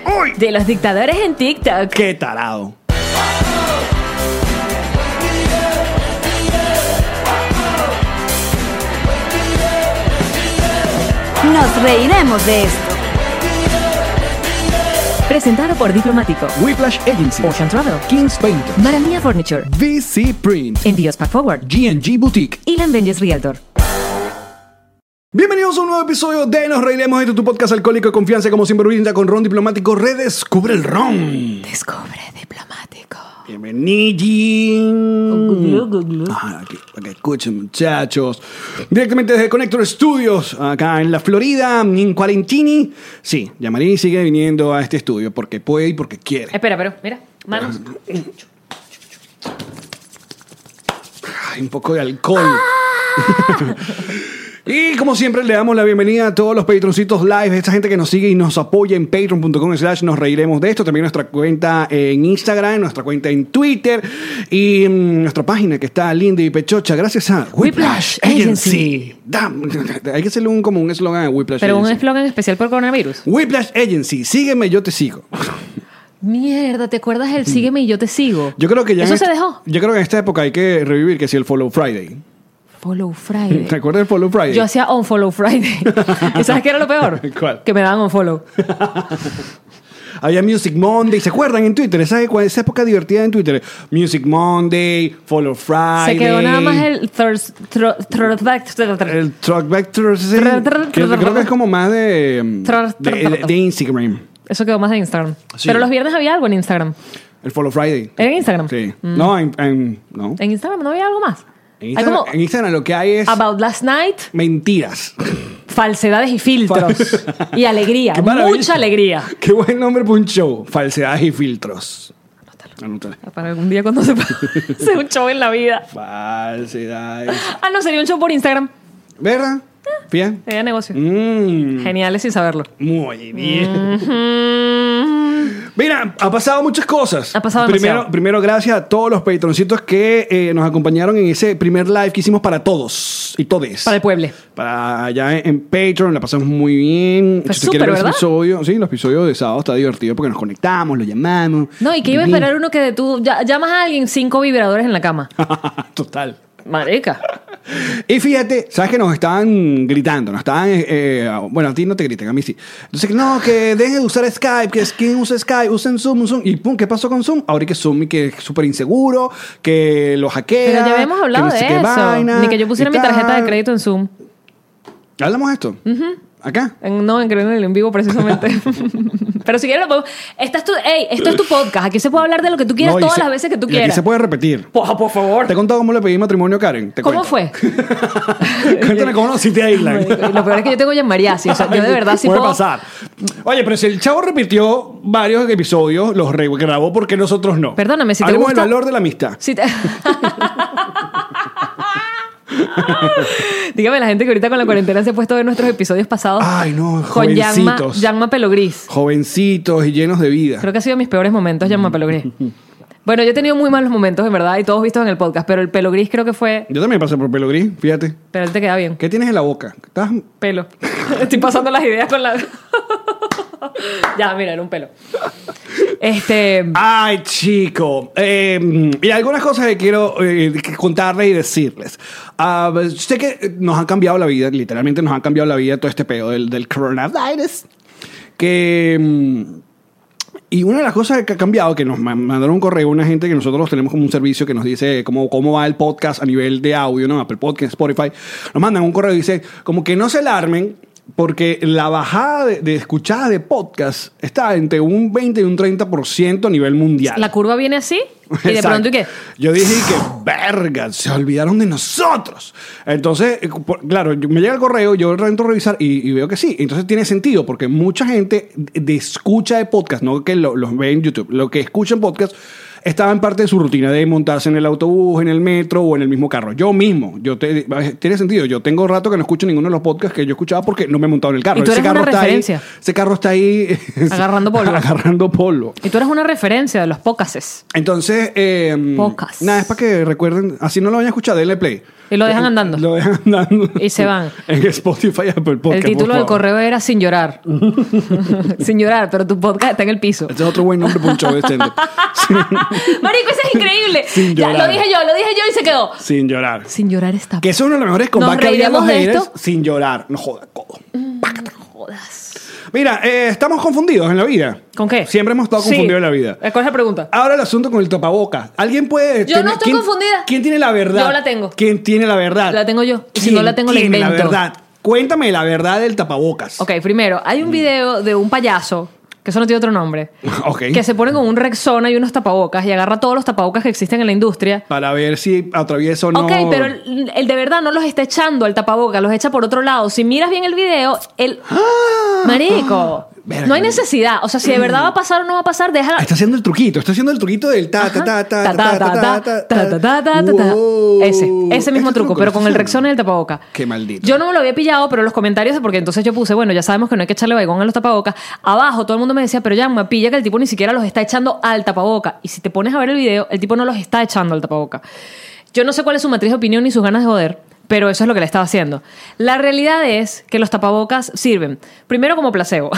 hoy. De los dictadores en TikTok. ¡Qué tarado! Nos reiremos de esto. Presentado por Diplomático, Whiplash Agency, Ocean Travel, Kings Painter, Maranía Furniture, VC Print, Envíos Pack Forward, GNG Boutique. Ilan Benjes Realtor. Bienvenidos a un nuevo episodio de Nos Reiremos. Este es tu podcast alcohólico de confianza, como siempre brinda con Ron Diplomático. Redescubre el Ron. Descubre Diplomático. Bienvenido. Ajá, aquí, para que escuchen, muchachos. Directamente desde Connector Studios, acá en la Florida, en Cuarentini. Sí, Yamari sigue viniendo a este estudio porque puede y porque quiere. Espera, pero mira, manos. Ay, un poco de alcohol. y como siempre, le damos la bienvenida a todos los patroncitos live, esta gente que nos sigue y nos apoya en patreon.com slash nos reiremos de esto. También nuestra cuenta en Instagram, nuestra cuenta en Twitter y mm, nuestra página que está linda y pechocha. Gracias a Whiplash, Whiplash Agency. Damn. Hay que hacerle un, como un eslogan a Whiplash Pero un Agency. eslogan especial por coronavirus. Whiplash Agency, sígueme, yo te sigo. Mierda, ¿te acuerdas el sígueme y yo te sigo? Yo creo que ya. en Eso se esta- dejó. Yo creo que en esta época hay que revivir que si el Follow Friday. Follow ¿Te Friday. acuerdas del Follow Friday? Yo hacía on follow Friday. ¿Y sabes qué era lo peor? ¿Cuál? Que me daban on follow. Había Music Monday, ¿se acuerdan en Twitter? ¿Esa, esa época divertida en Twitter. Music Monday, Follow Friday. Se quedó nada más el thirst, tro- tro- tro- tro- El Throwback Thursday, Tr- tr- que tr- creo que es como más de, Tr- de, tr- de- de Instagram. Eso quedó más de Instagram. Sí. Pero los viernes había algo en Instagram. El Follow Friday. ¿En Instagram? Sí. No, en, en- no. En Instagram no había algo más. En Hay Instagram, como en Instagram lo que hay es About Last Night, mentiras. falsedades y filtros. y alegría. Qué maravilla. Mucha alegría. Qué buen nombre para un show. Falsedades y filtros. Anótalo. Para algún día cuando se sea un show en la vida. Falsedades. Ah, no, sería un show por Instagram. ¿Verdad? Ah. Bien. Sería negocio. Mm, Geniales sin saberlo. muy bien. Mm. Mira, ha pasado muchas cosas. Ha pasado primero, demasiado. primero, gracias a todos los patroncitos que eh, nos acompañaron en ese primer live que hicimos para todos y todes. Para el pueblo. Para allá en, en Patreon, la pasamos muy bien. Fue Si usted quiere súper, ver ese ¿verdad? episodio, sí, los episodios de sábado está divertido porque nos conectamos, lo llamamos. No, y que iba a esperar uno que tú ya- llamas a alguien cinco vibradores en la cama. Total. Marica. Y fíjate, sabes que nos estaban gritando, nos estaban, eh, eh, bueno, a ti no te gritan, a mí sí. Entonces, que no, que dejen de usar Skype, que es quien usa Skype, usen Zoom, Zoom. Y pum, ¿qué pasó con Zoom? Ahora que Zoom y que es súper inseguro, que lo hackean. Pero ya habíamos hablado que no sé qué de eso. vaina, Ni que yo pusiera y mi tarjeta tal. de crédito en Zoom. ¿Hablamos de esto? ¿Acá? En- no, en creo en el en vivo precisamente. Pero si quieres lo podemos... Esta es tu, ey, esto es tu podcast. Aquí se puede hablar de lo que tú quieras No, y todas se- las veces que tú y aquí quieras. se puede repetir. Poja, por favor. Te he contado cómo le pedí matrimonio a Karen. Te ¿Cómo cuento. fue? Cuéntame cómo naciste a Island. Lo peor es que yo tengo Yamariasi. O sea, yo de verdad sí Puede puedo... pasar. Oye, pero si el chavo repitió varios episodios, los regrabó, ¿por qué nosotros no? Perdóname, si te Hablemos gusta- del valor de la amistad. Sí te- Dígame la gente que ahorita con la cuarentena se ha puesto a ver nuestros episodios pasados. Ay, no, Con Yanma, jovencitos. Yanma Pelo Gris. Jovencitos y llenos de vida. Creo que ha sido mis peores momentos, Yanma Pelo Gris. Bueno, yo he tenido muy malos momentos, en verdad, y todos vistos en el podcast, pero el pelo gris creo que fue. Yo también pasé por pelo gris, fíjate. Pero él te queda bien. ¿Qué tienes en la boca? ¿Estás... Pelo. Estoy pasando las ideas con la. ya, mira, era un pelo. Este. Ay, chico. Eh, y algunas cosas que quiero eh, contarles y decirles. Ah, sé que nos han cambiado la vida, literalmente nos han cambiado la vida todo este pedo del, del coronavirus. Que. mm, Y una de las cosas que ha cambiado, que nos ma- mandaron un correo una gente que nosotros tenemos como un servicio que nos dice cómo, cómo va el podcast a nivel de audio, ¿no? Apple Podcast, Spotify. Nos mandan un correo y dice, como que no se alarmen porque la bajada de, de escuchadas de podcast está entre un 20 y un 30% a nivel mundial. La curva viene así Y de Exacto. pronto, ¿y qué? Yo dije que, verga, se olvidaron de nosotros. Entonces, eh, por- claro, yo- me llega el correo, yo entro a revisar y, y veo que sí. Entonces tiene sentido porque mucha gente de- de escucha de podcast, no que lo- los ve en YouTube, lo que escucha en podcast estaba en parte de su rutina de montarse en el autobús, en el metro o en el mismo carro. Yo mismo, yo te- eh, tiene sentido. Yo tengo rato que no escucho ninguno de los podcasts que yo escuchaba porque no me he montado en el carro. Y tú eres carro una está ahí, referencia. ese carro está ahí Agarrando polvo. agarrando polvo. Y tú eres una referencia de los pocases. Entonces, eh, Pocas. nada, es para que recuerden, así no lo vayan a escuchar, denle play. Eh, Y lo dejan andando. Lo dejan andando. Y se van. En Spotify y Apple Podcast. el por título favor. del correo era Sin llorar. Sin llorar, pero tu podcast está en el piso. Este es otro buen nombre para un show de stand-up. Marico, ese es increíble. Sin Ya, llorar. lo dije yo, lo dije yo y se quedó. Sin llorar. Sin llorar está. Que eso es uno de los mejores Nos combates que había en los reiremos de haters esto. Mm, sin llorar. No joda, codo. Jodas. Mira, eh, estamos confundidos en la vida. ¿Con qué? Siempre hemos estado Sí. Eh, confundidos en la vida. ¿Cuál es la pregunta? Ahora el asunto con el tapabocas. ¿Alguien puede.? Yo no estoy ¿quién- confundida. ¿Quién tiene la verdad? Yo la tengo. ¿Quién tiene la verdad? La tengo yo. Y si ¿Quién no la tengo, la tiene invento. verdad. Cuéntame la verdad del tapabocas. Ok, primero, hay Mm. un video de un payaso, que eso no tiene otro nombre, Ok. que se pone con un Rexona y unos tapabocas y agarra todos los tapabocas que existen en la industria. Para ver si atravieso o no. Ok, pero el, el de verdad no los está echando al tapabocas, los echa por otro lado. Si miras bien el video, el... Marico, Ah. Verga. no hay necesidad. O sea, si de verdad va a pasar o no va a pasar, deja... Ah, Está haciendo el truquito, está haciendo el truquito del ta ta ta ta ta ta ta ta ta ta ta ta. Wow. Ese, ese mismo Ese truco, truco, pero con ese el truco. Rexona y el tapaboca. Qué maldito. Yo no me lo había pillado, pero los comentarios, porque entonces yo puse, bueno, ya sabemos que no hay que echarle baigón a los tapabocas. Abajo todo el mundo me decía, pero ya me pilla que el tipo ni siquiera los está echando al tapaboca. Y si te pones a ver el video, el tipo no los está echando al tapaboca. Yo no sé cuál es su matriz de opinión ni sus ganas de joder, pero eso es lo que le estaba haciendo. La realidad es que los tapabocas sirven, primero como placebo.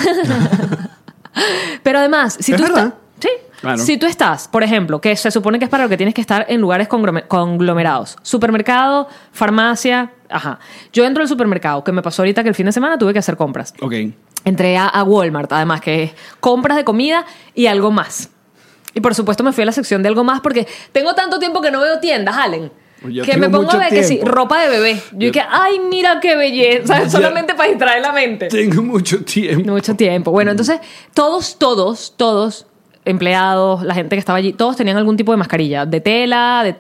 Pero además, si Es tú verdad. estás. Sí. Claro. Si tú estás, por ejemplo, que se supone que es para lo que tienes que estar en lugares conglome- conglomerados, supermercado, farmacia, ajá. Yo entro al supermercado, que me pasó ahorita que el fin de semana tuve que hacer compras. Ok. Entré a, a Walmart, además, que es compras de comida y algo más. Y por supuesto me fui a la sección de algo más porque tengo tanto tiempo que no veo tiendas, Allen. Yo que tengo me pongo mucho a ver que sí, tiempo. ropa de bebé. Yo, Yo- dije, ay, mira qué belleza, solamente para distraer la mente. Tengo mucho tiempo. Mucho tiempo. Bueno, entonces, todos, todos, todos, empleados, la gente que estaba allí, todos tenían algún tipo de mascarilla, de tela, de-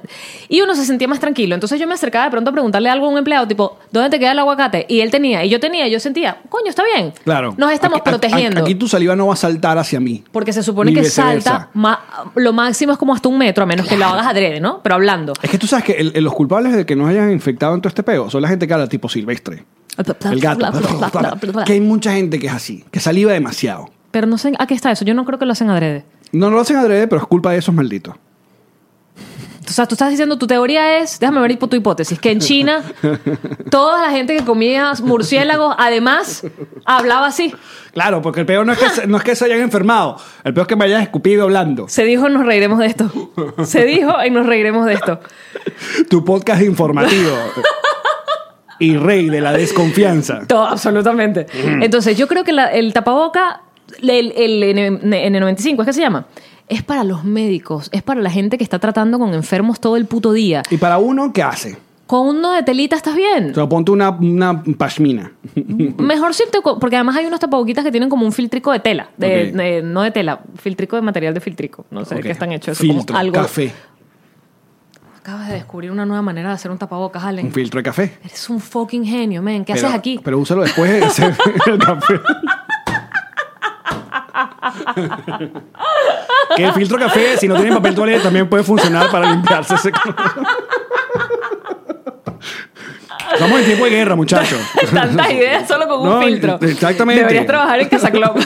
y uno se sentía más tranquilo. Entonces yo me acercaba de pronto a preguntarle algo a un empleado, tipo, ¿dónde te queda el aguacate? Y él tenía, y yo tenía, y yo sentía, coño, está bien. Claro. Nos estamos Aquí- a- a- protegiendo. Aquí tu saliva no va a saltar hacia mí. porque se supone Ni que viceversa. salta, ma- lo máximo es como hasta un metro, a menos que lo hagas adrede, ¿no? Pero hablando. Es que tú sabes que el- el- los culpables de que nos hayan infectado en todo este peo son la gente que habla tipo silvestre. El gato. que hay mucha gente que es así, que saliva demasiado. Pero no sé a qué está eso, yo no creo que lo hacen adrede. No no lo hacen adrede, pero es culpa de esos malditos. O sea, tú estás diciendo, tu teoría es, déjame ver tu hipótesis, que en China toda la gente que comía murciélagos, además, hablaba así. Claro, porque el peor no es que se, no es que se hayan enfermado, el peor es que me hayan escupido hablando. Se dijo, nos reiremos de esto. Se dijo, y nos reiremos de esto. Tu podcast informativo y rey de la desconfianza. Todo, absolutamente. Entonces, yo creo que la- el tapaboca, el, el N- N95, ¿es que se llama? Es para los médicos, es para la gente que está tratando con enfermos todo el puto día. Y para uno, ¿qué hace? Con uno de telita estás bien. O sea, ponte una, una pashmina. Mejor si te co- porque además hay unos tapaboquitas que tienen como un filtrico de tela, de, Ok. de- no de tela, filtrico de material de filtrico, no sé de Ok. qué están hechos, eso, Filtro, como algo. café. Acabas de descubrir una nueva manera de hacer un tapabocas, Allen. Un filtro de café. Eres un fucking genio, men. ¿Qué Pero- haces aquí? Pero úsalo después de ese- el café. que el filtro café, si no tiene papel toalete, también puede funcionar para limpiarse ese. Estamos en tiempo de guerra, muchachos. Tantas ideas solo con un No, filtro. exactamente. Deberías trabajar en Casaclop.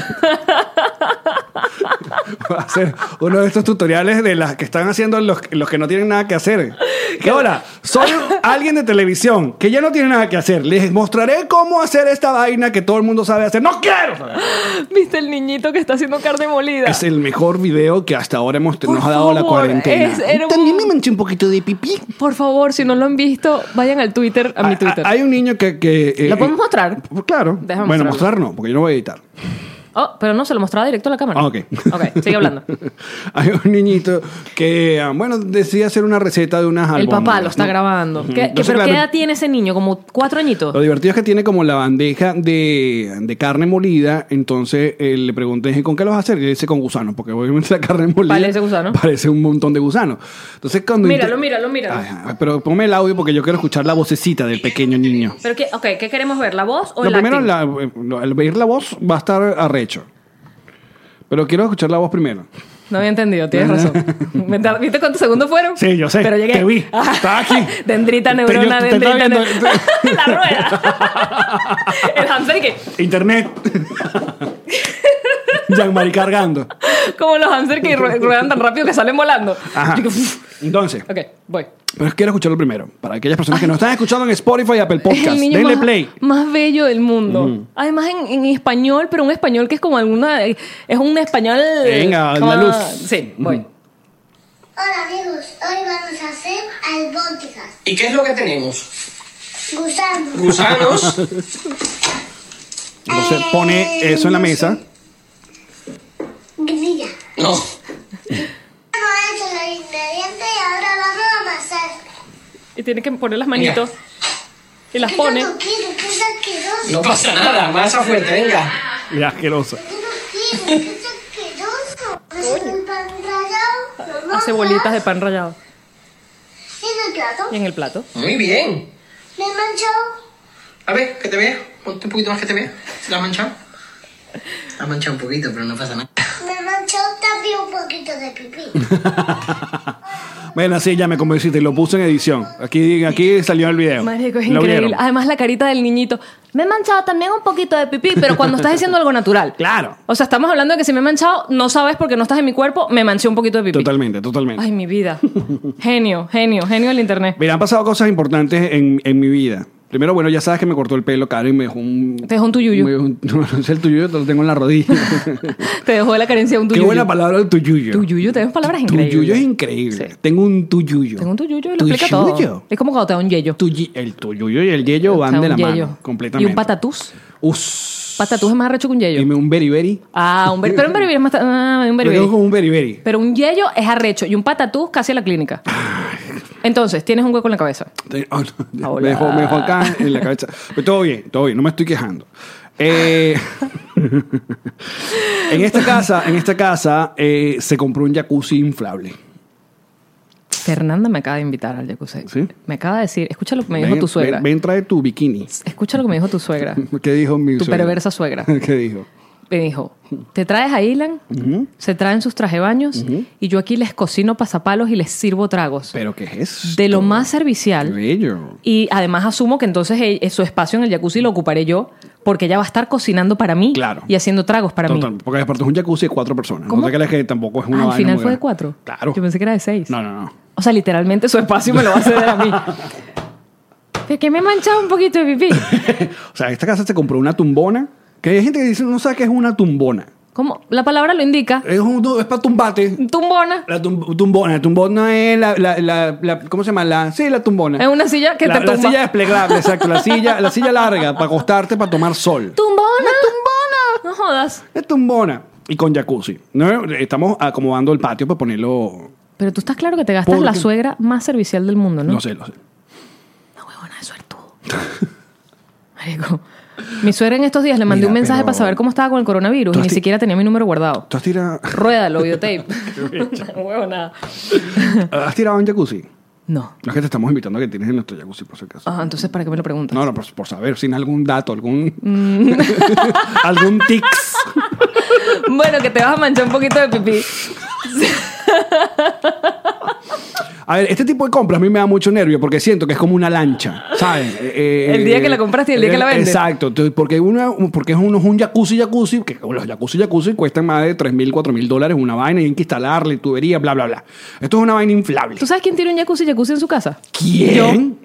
Va a hacer uno de estos tutoriales de las que están haciendo los, los que no tienen nada que hacer. Que ahora, soy alguien de televisión que ya no tiene nada que hacer. Les mostraré cómo hacer esta vaina que todo el mundo sabe hacer. ¡No quiero! saber! ¿Viste el niñito que está haciendo carne molida? Es el mejor video que hasta ahora hemos, Por nos ha dado la favor, cuarentena. es hermoso. También me manché un poquito de pipí. Por favor, si no lo han visto, vayan al Twitter, Ah, a mi Twitter. Hay un niño que... que eh, ¿Lo podemos eh, mostrar? Claro. Déjame bueno, mostrarlo. mostrar no, porque yo no voy a editar. Oh, pero no, se lo mostraba directo a la cámara. Ah, ok. Ok, sigue hablando. Hay un niñito que, ah, bueno, decía hacer una receta de unas El albóndigas. papá lo está ¿no? grabando. Ujú. ¿Qué- qué- Entonces, ¿Pero claro, qué edad tiene ese niño? ¿Como cuatro añitos? Lo divertido es que tiene como la bandeja de, de carne molida. Entonces eh, le pregunté, dije, ¿con qué lo vas a hacer? Y le dice, con gusano, porque obviamente la carne molida. Parece gusano. Parece un montón de gusano. Entonces cuando. Míralo, inte- míralo, míralo. Ay, ay, pero ponme el audio porque yo quiero escuchar la vocecita del pequeño niño. ¿Pero qué, ok, ¿qué queremos ver? ¿La voz o Lo el primero, acting? la, al oír la voz va a estar arrecho. Pero quiero escuchar la voz primero. No había entendido, tienes razón. Me tar- ¿Viste cuántos segundos fueron? Sí, yo sé. Pero llegué. Te vi. Estaba aquí. dendrita, Te- neurona, yo te estaba dendrita. viendo. neurona. la rueda. el hamster que... Internet. Jean-Marie cargando. Como los hamsters que rue- ruedan tan rápido que salen volando. Ajá. Yo que, "Uf". Entonces, ok, voy. pero quiero escucharlo primero. Para aquellas personas que nos están escuchando en Spotify y Apple Es Podcast, el niño denle más, play. más bello del mundo. Además en, en español, pero un español que es como alguna... Es un español... Venga, como- andaluz. Sí, voy. Hola amigos, hoy vamos a hacer albóndigas. ¿Y qué es lo que tenemos? Gusanos. Gusanos, Entonces pone eso en la mesa. Grilla. no, Hemos hecho los ingredientes y ahora vamos a amasar. Y tiene que poner las manitos. Y las ¿Qué pone. no quiero? ¿Qué es asqueroso? no pasa nada, masa fuerte, venga. Mira, asquerosa. ¿Qué no quiero? ¿Qué es asqueroso? Es un pan rallado. lo Hace mojas bolitas de pan rallado. En el plato. Y en el plato. Muy bien. Me he manchado. A ver, que te vea, ponte un poquito más que te vea. ¿La has manchado? La has manchado un poquito, pero no pasa nada. Me he manchado también un poquito de pipí. Bueno, sí, ya me convenciste. Lo puse en edición. Aquí, aquí salió el video. Marico, es Lo increíble. Ah. vieron. Además, la carita del niñito. Me he manchado también un poquito de pipí, pero cuando estás diciendo algo natural. Claro. O sea, estamos hablando de que si me he manchado, no sabes porque no estás en mi cuerpo, me manché un poquito de pipí. Totalmente, totalmente. Ay, mi vida. Genio, genio, genio del internet. Mira, han pasado cosas importantes en, en mi vida. Primero, bueno, ya sabes que me cortó el pelo, Karen, y me dejó un... Te dejó un tuyuyo. me dejó un- no, no es el tuyuyo, te lo tengo en la rodilla. Te dejó de la carencia un Qué tuyuyo. buena palabra el tuyuyo. Tuyuyo, tenemos palabras increíbles. Tuyuyo es increíble. Sí. Tengo un tuyuyo. Tengo un tuyuyo y lo explica todo. Es como cuando te da un yello. Tuyi- el tuyuyo y el yello Te van da de la un yello. mano. Completamente. Y un patatús. Us. Patatús es más arrecho que un yello. Dime un beriberi. Ah, un ber... pero un beriberi es más... ta- ah, un Yo beriberi. tengo como un beriberi. Pero un yello es arrecho y un patatús casi a la clínica. Entonces, tienes un hueco en la cabeza. Te- oh, no, Hola. me, dejó, me dejó acá en la cabeza. Pero todo bien, todo bien. No me estoy quejando. Eh, en esta casa, en esta casa eh, se compró un jacuzzi inflable. Fernanda me acaba de invitar al jacuzzi. ¿Sí? Me acaba de decir, escucha lo que me dijo tu suegra. Ven, ven, trae tu bikini. Escucha lo que me dijo tu suegra. ¿Qué dijo mi Tu suegra? perversa suegra. ¿Qué dijo? Me dijo, te traes a Ilan, se traen sus trajebaños y yo aquí les cocino pasapalos y les sirvo tragos. ¿Pero qué es esto? de lo más Qué servicial. bello. Y además asumo que entonces eh, su espacio en el jacuzzi lo ocuparé yo, porque ella va a estar cocinando para mí Claro. y haciendo tragos para Total, mí. Porque aparte es un jacuzzi de cuatro personas. ¿Cómo? No te creas que tampoco es una Ah, al vaina final muy fue de grande. cuatro. Claro. Yo pensé que era de seis. No, no, no. O sea, literalmente su espacio me lo va a ceder a mí. ¿De que me he manchado un poquito de pipí? O sea, esta casa se compró una tumbona. Que hay gente que dice, no sabe qué es una tumbona. Como la palabra lo indica, Es, un- es para tumbate. tumbona La tum- tumbona. La tumbona es la, la, la, la- ¿Cómo se llama? La, sí, la tumbona. es una silla que la, te tumba. La silla desplegable, exacto. La silla, la silla larga para acostarte, para tomar sol. ¡Tumbona! ¡Tumbona! No jodas. La tumbona. Y con jacuzzi. ¿no? Estamos acomodando el patio para ponerlo... Pero tú estás claro que te gastas Porque- la suegra más servicial del mundo, ¿no? No sé, no sé. Una huevona de suertudo. Marico. Mi suegra en estos días le mandé Mira, un mensaje pero- para saber cómo estaba con el coronavirus Tú y has ni ti- siquiera tenía mi número guardado. ¿Tú has tirado, Ruédalo, videotape. Huevona. has tirado un jacuzzi? No. No es que te estamos invitando a que tienes en nuestro jacuzzi, por si acaso. Ah, entonces, ¿para qué me lo preguntas? No, no, por, por saber, sin algún dato, algún. Mm. algún tics. Bueno, que te vas a manchar un poquito de pipí. A ver, este tipo de compras a mí me da mucho nervio porque siento que es como una lancha, ¿sabes? Eh, eh, El día que la compraste y el día que la vendes. Exacto, entonces, porque, una, porque es uno es un jacuzzi, jacuzzi, que los jacuzzi, jacuzzi cuestan más de 3 mil, 4 mil dólares una vaina y hay que instalarle tubería, bla, bla, bla. Esto es una vaina inflable. ¿Tú sabes quién tiene un jacuzzi jacuzzi en su casa? ¿Quién?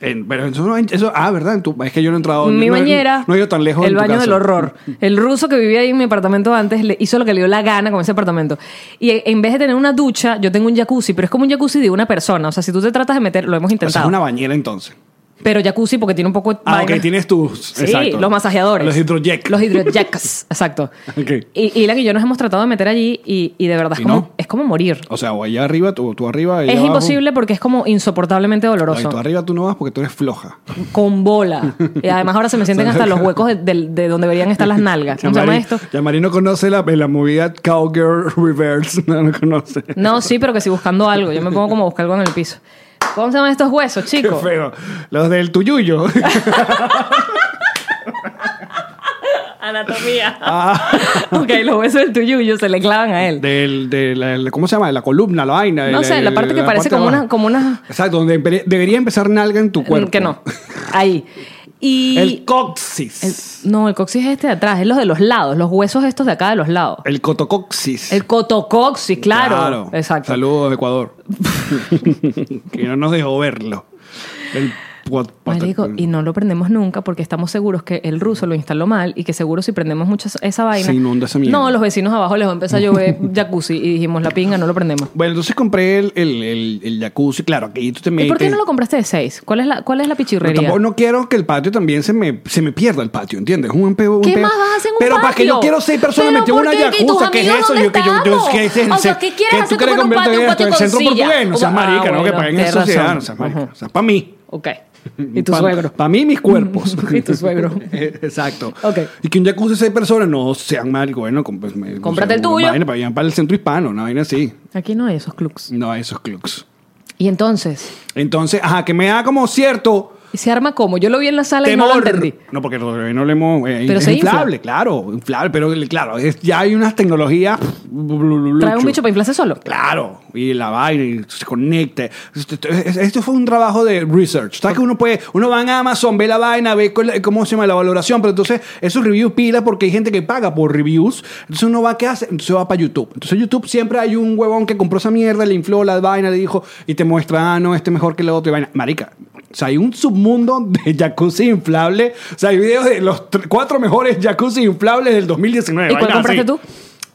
En- pero eso, no- eso, ah, ¿verdad? En tu- es que yo no he entrado. Mi no, he- bañera. No, he ido tan lejos. El en tu baño casa. del horror. El ruso que vivía ahí en mi apartamento antes le hizo lo que le dio la gana con ese apartamento. Y e- en vez de tener una ducha, yo tengo un jacuzzi, pero es como un jacuzzi de una persona. O sea, si tú te tratas de meter, lo O hemos sea, intentado. es una bañera entonces. Pero jacuzzi porque tiene un poco de Ah, vaina. ok, tienes tus. Sí, exacto. los masajeadores. Los hidrojack. Los hidrojacks, exacto. Ok. Y y Ilan y yo nos hemos tratado de meter allí y, y de verdad ¿Y es, como, no? es como morir. O sea, o allá arriba, tú, tú arriba. ella Es abajo. imposible porque es como insoportablemente No, y doloroso. tú arriba tú no vas porque tú eres floja. Con bola. Y además ahora se me sienten hasta los huecos de, de- de donde deberían estar las nalgas. ¿Cómo se llama Yamari- esto? Yamari no conoce la, la movida Cowgirl Reverse. No, no conoce. No, sí, pero que si buscando algo. Yo me pongo como a buscar algo en el piso. ¿Cómo se llaman estos huesos, Qué chicos? feo. Los del tuyuyo. Ah, Anatomía. Ah. ok, los huesos del tuyuyo se le clavan a él. del, de la, la- ¿Cómo se llama? La columna, la vaina. No sé, la parte que parece como abajo. una- como una- Mm, Exacto, donde empe- debería empezar nalga en tu cuerpo. Que no. Ahí. Y. El coxis. el- no, el coxis es este de atrás, es los de los lados, los huesos estos de acá de los lados. El, cotocoxis. El cotocoxis, claro. Exacto. Saludos de Ecuador. que no nos dejó verlo. El pot- pot- Marico, Pues y no lo prendemos nunca porque estamos seguros que el ruso lo instaló mal y que seguro si prendemos mucho esa- esa vaina. Se inunda esa mierda. No, los vecinos abajo les va a empezar a llover jacuzzi y dijimos la pinga, no lo prendemos. Bueno, entonces compré el, el, el, el jacuzzi. Claro, aquí tú te metes. ¿Y por qué no lo compraste de seis? ¿Cuál es la, cuál es la Pero pichirrería? tampoco no quiero que el patio también se me, se me pierda el patio, ¿entiendes? Es Un peo, un ¿Qué peo. más vas a hacer en un Pero para que patio? yo quiero seis personas ¿Pero metido en por una qué? ¿Y tus yakuza, ¿qué es amigos eso? Yo, dónde yo, yo, ¿qué es el estamos? O sea, ce- ¿qué tú quieres hacer tú quieres con un convertir patio, un esto? patio El centro con silla? portugués, no seas Ah, marica, no, que bueno, paguen en tienes sociedad, razón. no seas marica. Ajá. O sea, para mí. Ok. Y tu suegro. Para mí, mis cuerpos. Y tu suegro. Eh, Exacto. Ok. Y que un jacuzzi de seis personas, no sean maricos. Bueno, com- pues, me- no Cómprate sé, el una tuyo. Vaina, para, allá, para el centro hispano, una vaina así. Aquí no hay esos clubs. No, esos clubs. Y entonces, Entonces, ajá, que me da como cierto ¿y ¿se arma cómo? Yo lo vi en la sala y no temor. lo entendí. No, porque todavía no le hemos. eh, Pero es se infla. inflable, claro. Inflable, pero el- claro, es- ya hay unas tecnologías. ¿Trae un bicho para inflarse solo? Claro, y la vaina, y se conecta. Esto, esto- este, esto fue un trabajo de research. ¿Sabes que uno puede, uno va en Amazon, ve la vaina, ve cuál- cómo se llama la valoración, pero entonces esos reviews pila porque hay gente que paga por reviews. Entonces uno va, ¿qué hace? Entonces va para YouTube. Entonces YouTube siempre hay un huevón que compró esa mierda, le infló la vaina, le dijo, y te muestra, ah, no, este es mejor que la otra y vaina. Marica, o sea, hay un submundo de jacuzzi inflable. O sea, hay videos de los tre- cuatro mejores jacuzzi inflables del 2019. ¿Y cuál vaina compraste tú?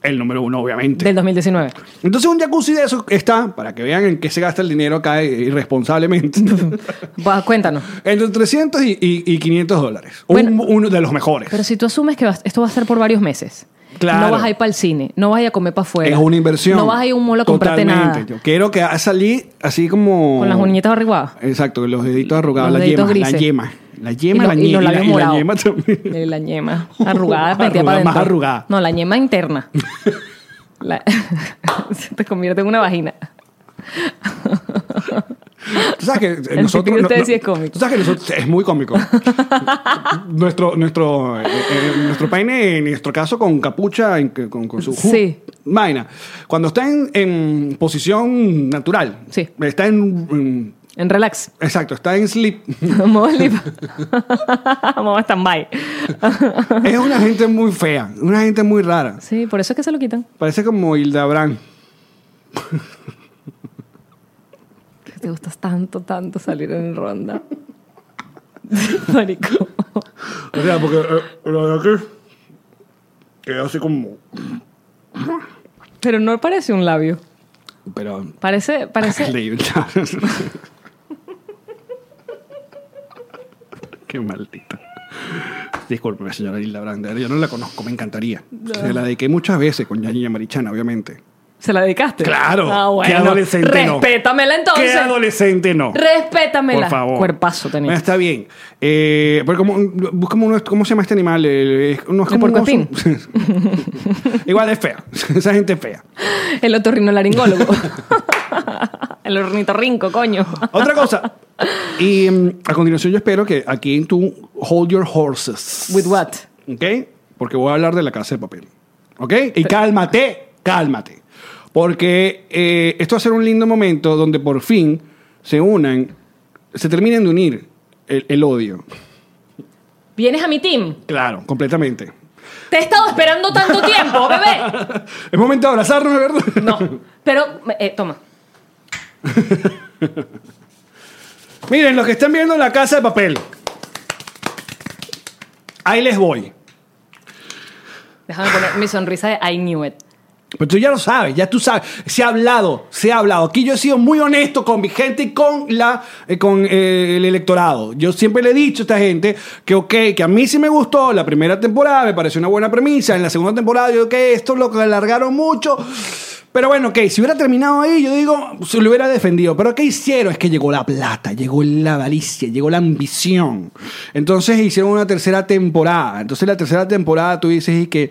El número uno, obviamente. Del 2019. Entonces un jacuzzi de eso está, para que vean en qué se gasta el dinero acá eh, irresponsablemente, Va, Pues, cuéntanos. entre 300 y, y- y 500 dólares. Un- Bueno. uno de los mejores. Pero si tú asumes que vas- esto va a ser por varios meses. Claro. No vas a ir para el cine, no vas a ir a comer para afuera. es una inversión. No vas a ir a un molo a comprarte Totalmente. nada. Yo quiero que a- salí así como... Con las uñitas arrugadas. Exacto, los deditos arrugados, Los la deditos yema, la grises. yema. La Y, yema, lo- la, y ñe- los y la- labios y la morados. yema también. Eh, La ñema. Arrugada, Arrugada, metida para adentro. más arrugada. No, la ñema interna. La- Se te convierte en una vagina. Tú sabes que eh, El nosotros... pipí de ustedes no- sí es cómico. Tú sabes que nosotros... Es muy cómico. nuestro, nuestro, eh, eh, nuestro paine, en nuestro caso, con capucha, en que- con, con su... ju- Sí. Vaina. Cuando está en, en posición natural. Sí. Está en... en- En relax. exacto, está en sleep. Modo slip. Modo stand-by. es una gente muy fea. Una gente muy rara. Sí, por eso es que se lo quitan. Parece como Hildebrand. Que te gustas tanto, tanto salir en ronda. Marico. O sea, porque eh, la verdad que... Quedó así como... Pero no parece un labio. Pero... Parece, parece, Leí- Qué maldita. Disculpe, señora Hilda Brander. Yo no la conozco, me encantaría. Se la dediqué muchas veces con Yanina Marichana, obviamente. ¿Se la dedicaste? Claro. Ah, bueno. Qué adolescente no. Respétamela entonces. ¿Qué adolescente no? Respétamela. Por favor. Cuerpazo Bueno, tenés. Está bien. Eh, pero como, buscamos uno, ¿cómo se llama este animal? El, es- no, es ¿El como un oso. puercoespín? Igual es fea. Esa gente es fea. El otorrinolaringólogo. El ornitorrinco, coño. Otra cosa. Y mm, a continuación yo espero que aquí tú hold your horses. With what? ¿Ok? Porque voy a hablar de la casa de papel. ¿Ok? Y cálmate, cálmate. Porque eh, esto va a ser un lindo momento donde por fin se unan, se terminen de unir el, el odio. ¿Vienes a mi team? Claro, completamente. Te he estado esperando tanto tiempo, bebé. Es momento de abrazarnos, de verdad. No. Pero, eh, toma. Miren, los que están viendo la casa de papel. Ahí les voy. Déjame poner mi sonrisa de I knew it. Pero tú ya lo sabes, ya tú sabes. Se ha hablado, se ha hablado. Aquí yo he sido muy honesto con mi gente y con, la, eh, con eh, el electorado. Yo siempre le he dicho a esta gente que, ok, que a mí sí me gustó la primera temporada, me pareció una buena premisa. En la segunda temporada, yo, ok, esto lo alargaron mucho. Pero bueno, ok, si hubiera terminado ahí, yo digo, se lo hubiera defendido. Pero ¿qué hicieron? Es que llegó la plata, llegó la avaricia, llegó la ambición. Entonces hicieron una tercera temporada. Entonces la tercera temporada tú dices y que,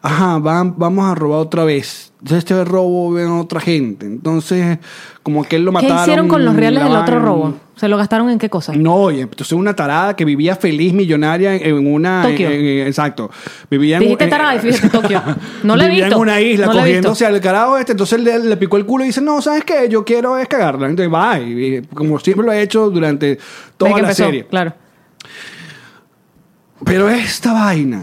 ajá, van, vamos a robar otra vez. Entonces este robo ven a otra gente. Entonces, como que él lo ¿Qué mataron. hicieron con los reales la del otro vaina. robo? ¿Se lo gastaron en qué cosa? No, y entonces una tarada que vivía feliz, millonaria en- en una. Tokio. en- en- exacto. Vivía en Dijiste un- tarada y eh, fíjate Tokio. No la he Vivía visto. en una isla no la he visto. cogiéndose al carajo este. Entonces le, le picó el culo y dice, no, ¿sabes qué? Yo quiero es cagarla. Entonces va, y, y como siempre lo he hecho durante toda Desde que la empezó, serie. Claro. Pero esta vaina,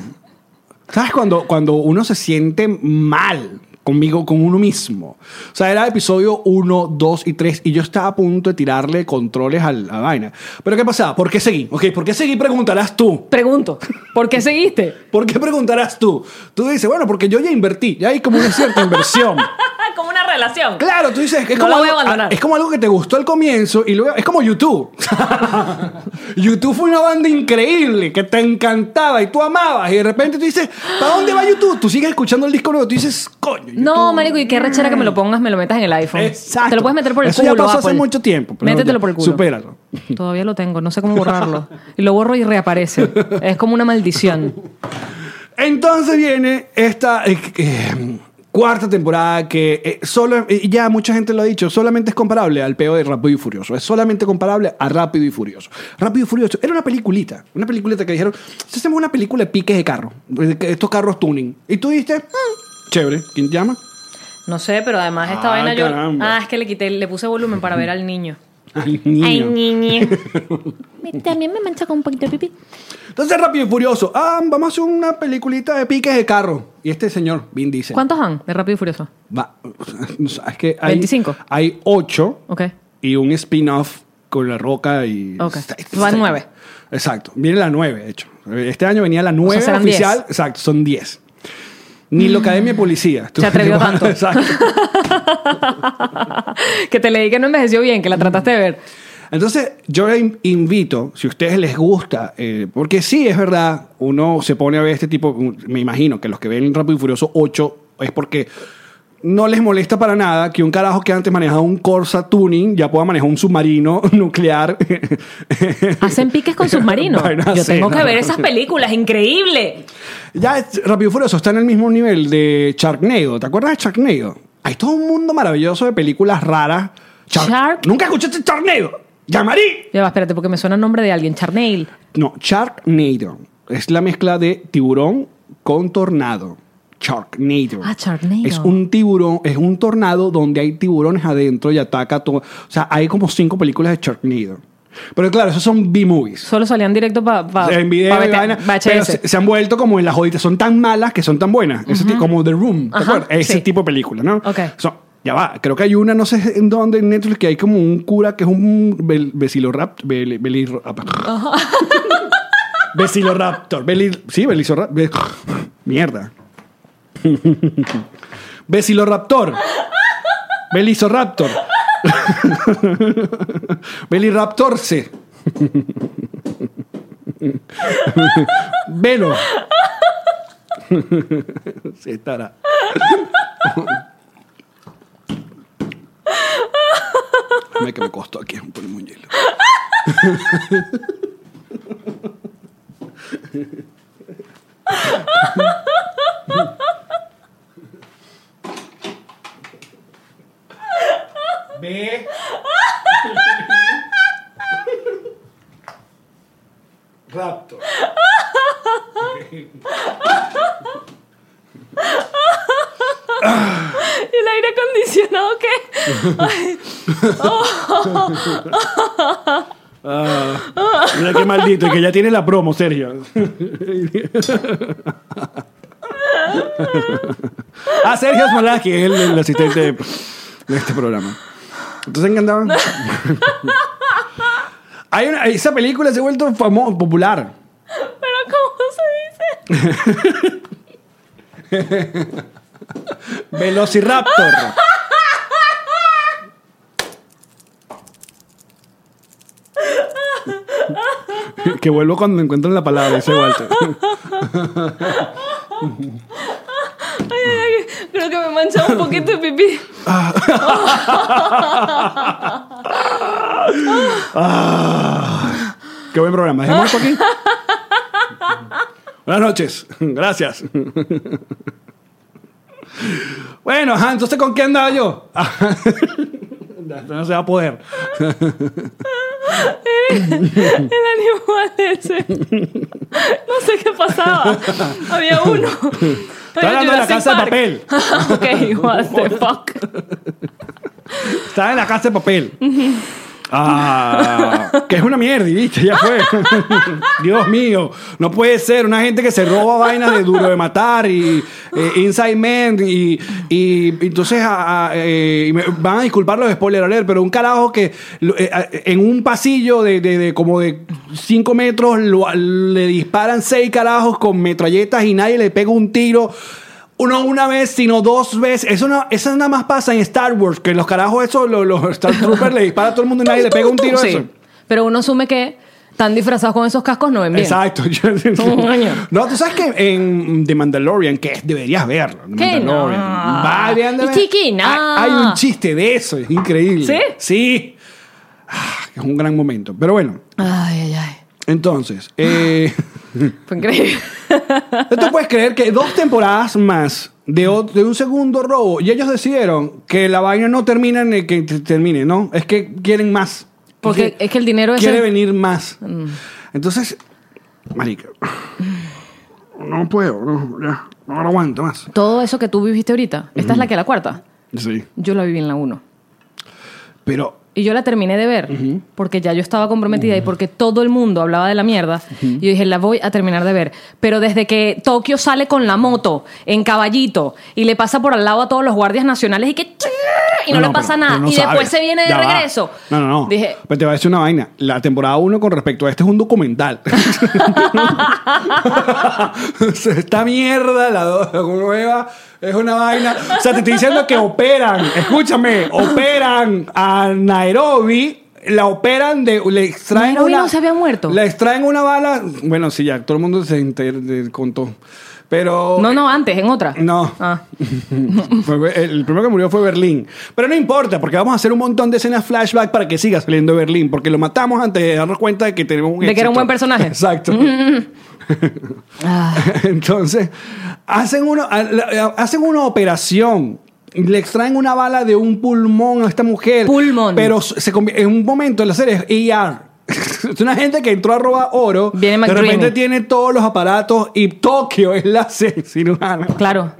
¿sabes? Cuando, cuando uno se siente mal conmigo, con uno mismo. O sea, era episodio 1, 2 y 3 y yo estaba a punto de tirarle controles a la vaina. Pero ¿qué pasaba? ¿Por qué seguí? Ok, ¿por qué seguí? Preguntarás tú. Pregunto, ¿por qué seguiste? ¿Por qué preguntarás tú? Tú dices, bueno, porque yo ya invertí, ya hay como una cierta inversión. Como una relación. Claro, tú dices que es, No como la voy a algo, abandonar. ah, es como algo que te gustó al comienzo y luego es como YouTube. YouTube fue una banda increíble que te encantaba y tú amabas y de repente tú dices, ¿para dónde va YouTube? Tú sigues escuchando el disco nuevo, tú dices, coño. YouTube". No, marico, y qué rechera que me lo pongas, me lo metas en el iPhone. Exacto. Te lo puedes meter por el Eso culo. ya pasó hace Apple. mucho tiempo. pero Métetelo ya, por el culo. Supéralo. Todavía lo tengo, no sé cómo borrarlo. Y lo borro y reaparece. Es como una maldición. Entonces viene esta eh, eh, cuarta temporada que eh, solo, eh, ya mucha gente lo ha dicho, solamente es comparable al peo de Rápido y Furioso. Es solamente comparable a Rápido y Furioso. Rápido y Furioso era una peliculita, una peliculita que dijeron, "Si hacemos una película de piques de carro, de que estos carros tuning. Y tú dijiste, "Mm, chévere, ¿quién llama? No sé, pero además esta Ah, vaina yo. caramba. Ah, es que le quité, le puse volumen para ver al niño. Ay, niño. niño. También me mancha con un poquito de pipí. Entonces Rápido y Furioso, ah, vamos a hacer una peliculita de piques de carro. Y este señor, Vin Diesel. ¿Cuántos han de Rápido y Furioso? va- es que hay, 25. hay ocho. Ok. y un spin-off con La Roca y... Ok. Va nueve. Exacto. Viene la nueve, de hecho. Este año venía la nueve serán oficial. diez. Mm. Exacto, son diez. Ni la Academia de Policía. Se atrevió tanto. Exacto. que te leí que no envejeció bien, que la trataste de ver. Entonces, yo le in- invito, si a ustedes les gusta, eh, porque sí, es verdad, uno se pone a ver este tipo, me imagino que los que ven Rápido y Furioso 8 es porque no les molesta para nada que un carajo que antes manejaba un Corsa Tuning ya pueda manejar un submarino nuclear. Hacen piques con submarinos. Vaina Yo así, tengo que ¿no? ver esas películas, increíble. Ya es- Rápido y Furioso está en el mismo nivel de Sharknado. ¿Te acuerdas de Sharknado? Hay todo un mundo maravilloso de películas raras. Shark- ¿Nunca escuchaste Sharknado? ¡Llamarí! Ya va, espérate, porque me suena el nombre de alguien, Charneil. No, Sharknado. Es la mezcla de tiburón con tornado. Sharknado. Ah, Sharknado. Es un tiburón, es un tornado donde hay tiburones adentro y ataca todo. O sea, hay como cinco películas de Sharknado. Pero claro, esos son B-movies. Solo salían directo Ah, para pa, en video pa y vete- vaina, VHS. pero se, se han vuelto como en las joditas son tan malas que son tan buenas Ese ti- como The Room ¿te Ajá, acuerdas? ese sí. tipo de película ¿no? Ok. Son- ya va creo que hay una no sé en dónde en Netflix que hay como un cura que es un bel, velociraptor bel, belirro- apa. Velociraptor, beli- sí velociraptor ve- mierda Velociraptor Velociraptor Veliraptorse Velo. Se estará. Dame que me costó aquí ponerme un hielo. Ve. Raptor. ¿Y el aire acondicionado qué? Ay, Ah, Mira qué maldito, y que ya tiene la promo, Sergio. ah, Sergio Smolaki es el, el asistente de, de este programa. Entonces encantaban. Hay una- esa película se ha vuelto famo- popular. pero ¿cómo se dice? Velociraptor. que vuelvo cuando encuentren la palabra, dice Walter. Creo que me mancha un poquito de pipí. Ah, qué buen programa. Dejemos esto aquí. Buenas noches. Gracias. Bueno, ajá, entonces ¿con qué andaba yo? Ah, no se va a poder. El animal ese. No sé qué pasaba. Había uno. Estaba hablando de la casa de papel. ok, what the fuck. Estaba en la casa de papel. Ah, que es una mierda, y ¿viste? Ya fue. Dios mío, no puede ser. Una gente que se roba vainas de Duro de Matar y eh, Inside Man. Y, y- y entonces a- a- eh, y me- van a disculpar los spoiler alert, pero un carajo que lo- eh, a- en un pasillo de, de- de como de 5 metros lo- le disparan seis carajos con metralletas y nadie le pega un tiro. No una vez, sino dos veces. Eso, no, eso nada más pasa en Star Wars, que los carajos esos, los, los Star Troopers le dispara a todo el mundo y nadie le pega un tiro a Sí. eso. Pero uno asume que están disfrazados con esos cascos, no ven bien. Exacto. Oh, no, tú sabes que en The Mandalorian, que deberías verlo. The Que no. Mandalorian. Va, vean, vean. Chiquina. Hay, hay un chiste de eso, es increíble. ¿Sí? Sí. Ah, Es un gran momento. Pero bueno, Ay, ay, ay. entonces, eh, Fue increíble. ¿no te puedes creer que dos temporadas más de, ot- de un segundo robo y ellos decidieron que la vaina no termina en el que te- termine, ¿no? Es que quieren más. Porque es que el Mm. dinero es. quiere venir más. Entonces, marica, no puedo, no, ya, no lo aguanto más. Todo eso que tú viviste ahorita. Esta es la que la cuarta. Sí. Yo la viví en la uno. Pero Y yo la terminé de ver porque ya yo estaba comprometida y porque todo el mundo hablaba de la mierda. Y yo dije, la voy a terminar de ver. Pero desde que Tokio sale con la moto en caballito y le pasa por al lado a todos los guardias nacionales y que... ¡chá! Y no, No, le no, pasa pero- nada. pero no y después sabes. se viene de Ya va. regreso. No, no, no. Dije, Pero te voy a decir una vaina. La temporada 1 con respecto a este es un documental. Esta mierda, la do- la nueva, es una vaina. O sea, te estoy diciendo que operan, escúchame, operan a Nairobi. La operan de. Le extraen Nairobi una- no se había muerto. Le extraen una bala. Bueno, sí, ya todo el mundo se enter- de- contó. Pero. no, no, antes, en otra. No. Ah. Fue- el primero que murió fue Berlín. Pero no importa, porque vamos a hacer un montón de escenas flashback para que siga saliendo Berlín, porque lo matamos antes de darnos cuenta de que tenemos un De que era éxito. un buen personaje. Exacto. Ah. Entonces, hacen, uno, a- la- hacen una operación. Le extraen una bala de un pulmón a esta mujer. Pulmón. Pero se convi- en un momento en la serie es ER. Es una gente que entró a robar oro. Viene de McDreamy. repente tiene todos los aparatos y Tokio es la cirujana. Claro.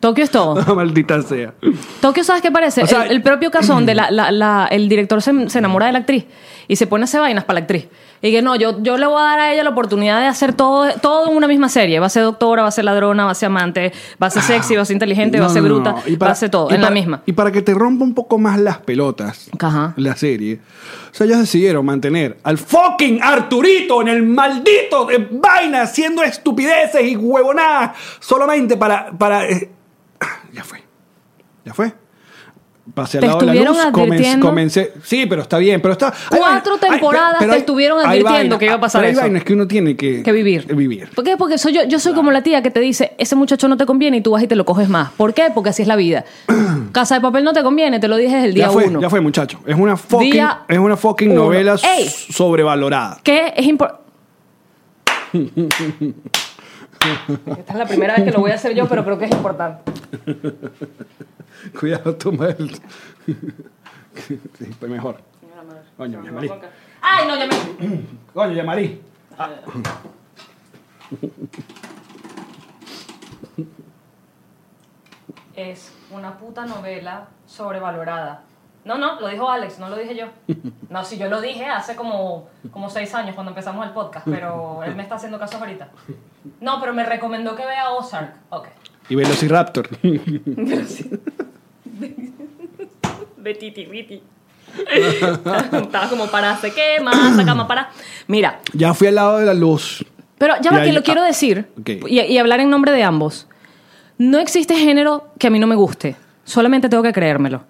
Tokio es todo. Maldita sea. Tokio, ¿sabes qué parece? O sea, el, el propio casón de la, la- la- el director se, se enamora de la actriz y se pone a hacer vainas para la actriz. Y que no, yo, yo le voy a dar a ella la oportunidad de hacer todo, todo en una misma serie. Va a ser doctora, va a ser ladrona, va a ser amante, va a ser sexy, va a ser inteligente, va a No, ser no, bruta, no. Y va para- a ser todo, y en la para- misma. Y para que te rompa un poco más las pelotas, Ajá. la serie. O sea, ellos decidieron mantener al fucking Arturito en el maldito de vaina haciendo estupideces y huevonadas solamente para. para eh, ya fue. Ya fue. Pasé al Te lado de la estuvieron luz, comen- advirtiendo. comencé- Sí, pero está bien, pero está. hay vaina- Cuatro hay- temporadas pero te estuvieron advirtiendo que iba a pasar pero eso. Hay vainas que uno tiene que, que vivir. vivir. ¿Por qué? Porque soy yo, yo soy como la tía que te dice, ese muchacho no te conviene y tú vas y te lo coges más. ¿Por qué? Porque así es la vida. Casa de papel no te conviene, te lo dije desde el día ya fue, uno. ya fue, muchacho. Es una fucking, Día es una fucking uno. novela Ey. s- sobrevalorada. ¿Qué es importante? Esta es la primera vez que lo voy a hacer yo, pero creo que es importante. Cuidado, toma el. sí, fue mejor. Coño, llamarí. ¡Ay, no, ya me... Coño, llamarí. Es una puta novela sobrevalorada. No, no, lo dijo Alex, no lo dije yo. No, si yo lo dije hace como, como seis años cuando empezamos el podcast, pero él me está haciendo caso ahorita. No, pero me recomendó que vea Ozark. Ok. Y Velociraptor. Betiti, Betiti. Estaba como para, se quema, sacama para. Mira, ya fui al lado de la luz. Pero ya Y va, que ahí- lo quiero ah, decir ok. y, y hablar en nombre de ambos. no existe género que a mí no me guste. Solamente tengo que creérmelo.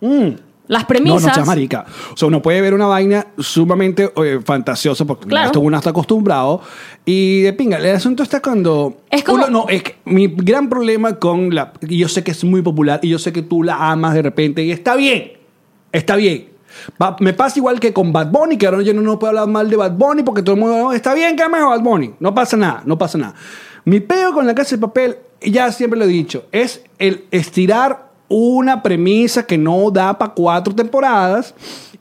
Las Mm. No, no premisas... seas marica. O sea, uno puede ver una vaina sumamente eh, fantasiosa porque Claro. esto uno está acostumbrado. Y de pinga, el asunto está cuando. Es como- uno- no, es que mi gran problema con la. y Yo sé que es muy popular y yo sé que tú la amas de repente y está bien. Está bien. Va- me pasa igual que con Bad Bunny, que ahora yo no, no puedo hablar mal de Bad Bunny porque todo el mundo "No, está bien que ames a Bad Bunny. No pasa nada, no pasa nada. Mi peo con la casa de papel, ya siempre lo he dicho, es el estirar una premisa que no da para cuatro temporadas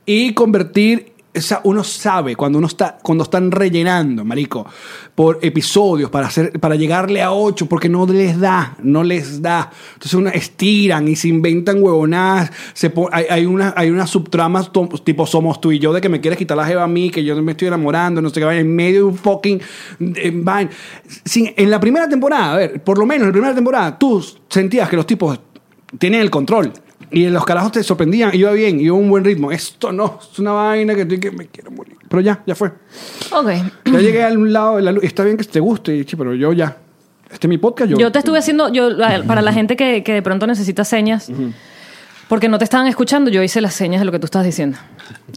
y convertir. O sea, uno sabe cuando uno está cuando están rellenando, marico, por episodios para hacer para llegarle a ocho porque no les da, no les da. Entonces uno estiran y se inventan huevonadas, se po- hay, hay unas hay unas subtramas to- tipo somos tú y yo de que me quieres quitar la jeva a mí, que yo me estoy enamorando, no sé qué, vaina, en medio de un fucking eh, vaina. Sin- en la primera temporada, a ver, por lo menos en la primera temporada tú sentías que los tipos tienen el control. Y los carajos te sorprendían, iba bien, iba a un buen ritmo. Esto no, es una vaina que estoy que me quiero morir. Pero ya, ya fue. Ok. Ya llegué a un lado de la luz. Está bien que te guste, y sí, pero yo ya. Este es mi podcast, yo. Yo te estuve haciendo, yo para la gente que, que de pronto necesita señas, porque no te estaban escuchando, yo hice las señas de lo que tú estás diciendo.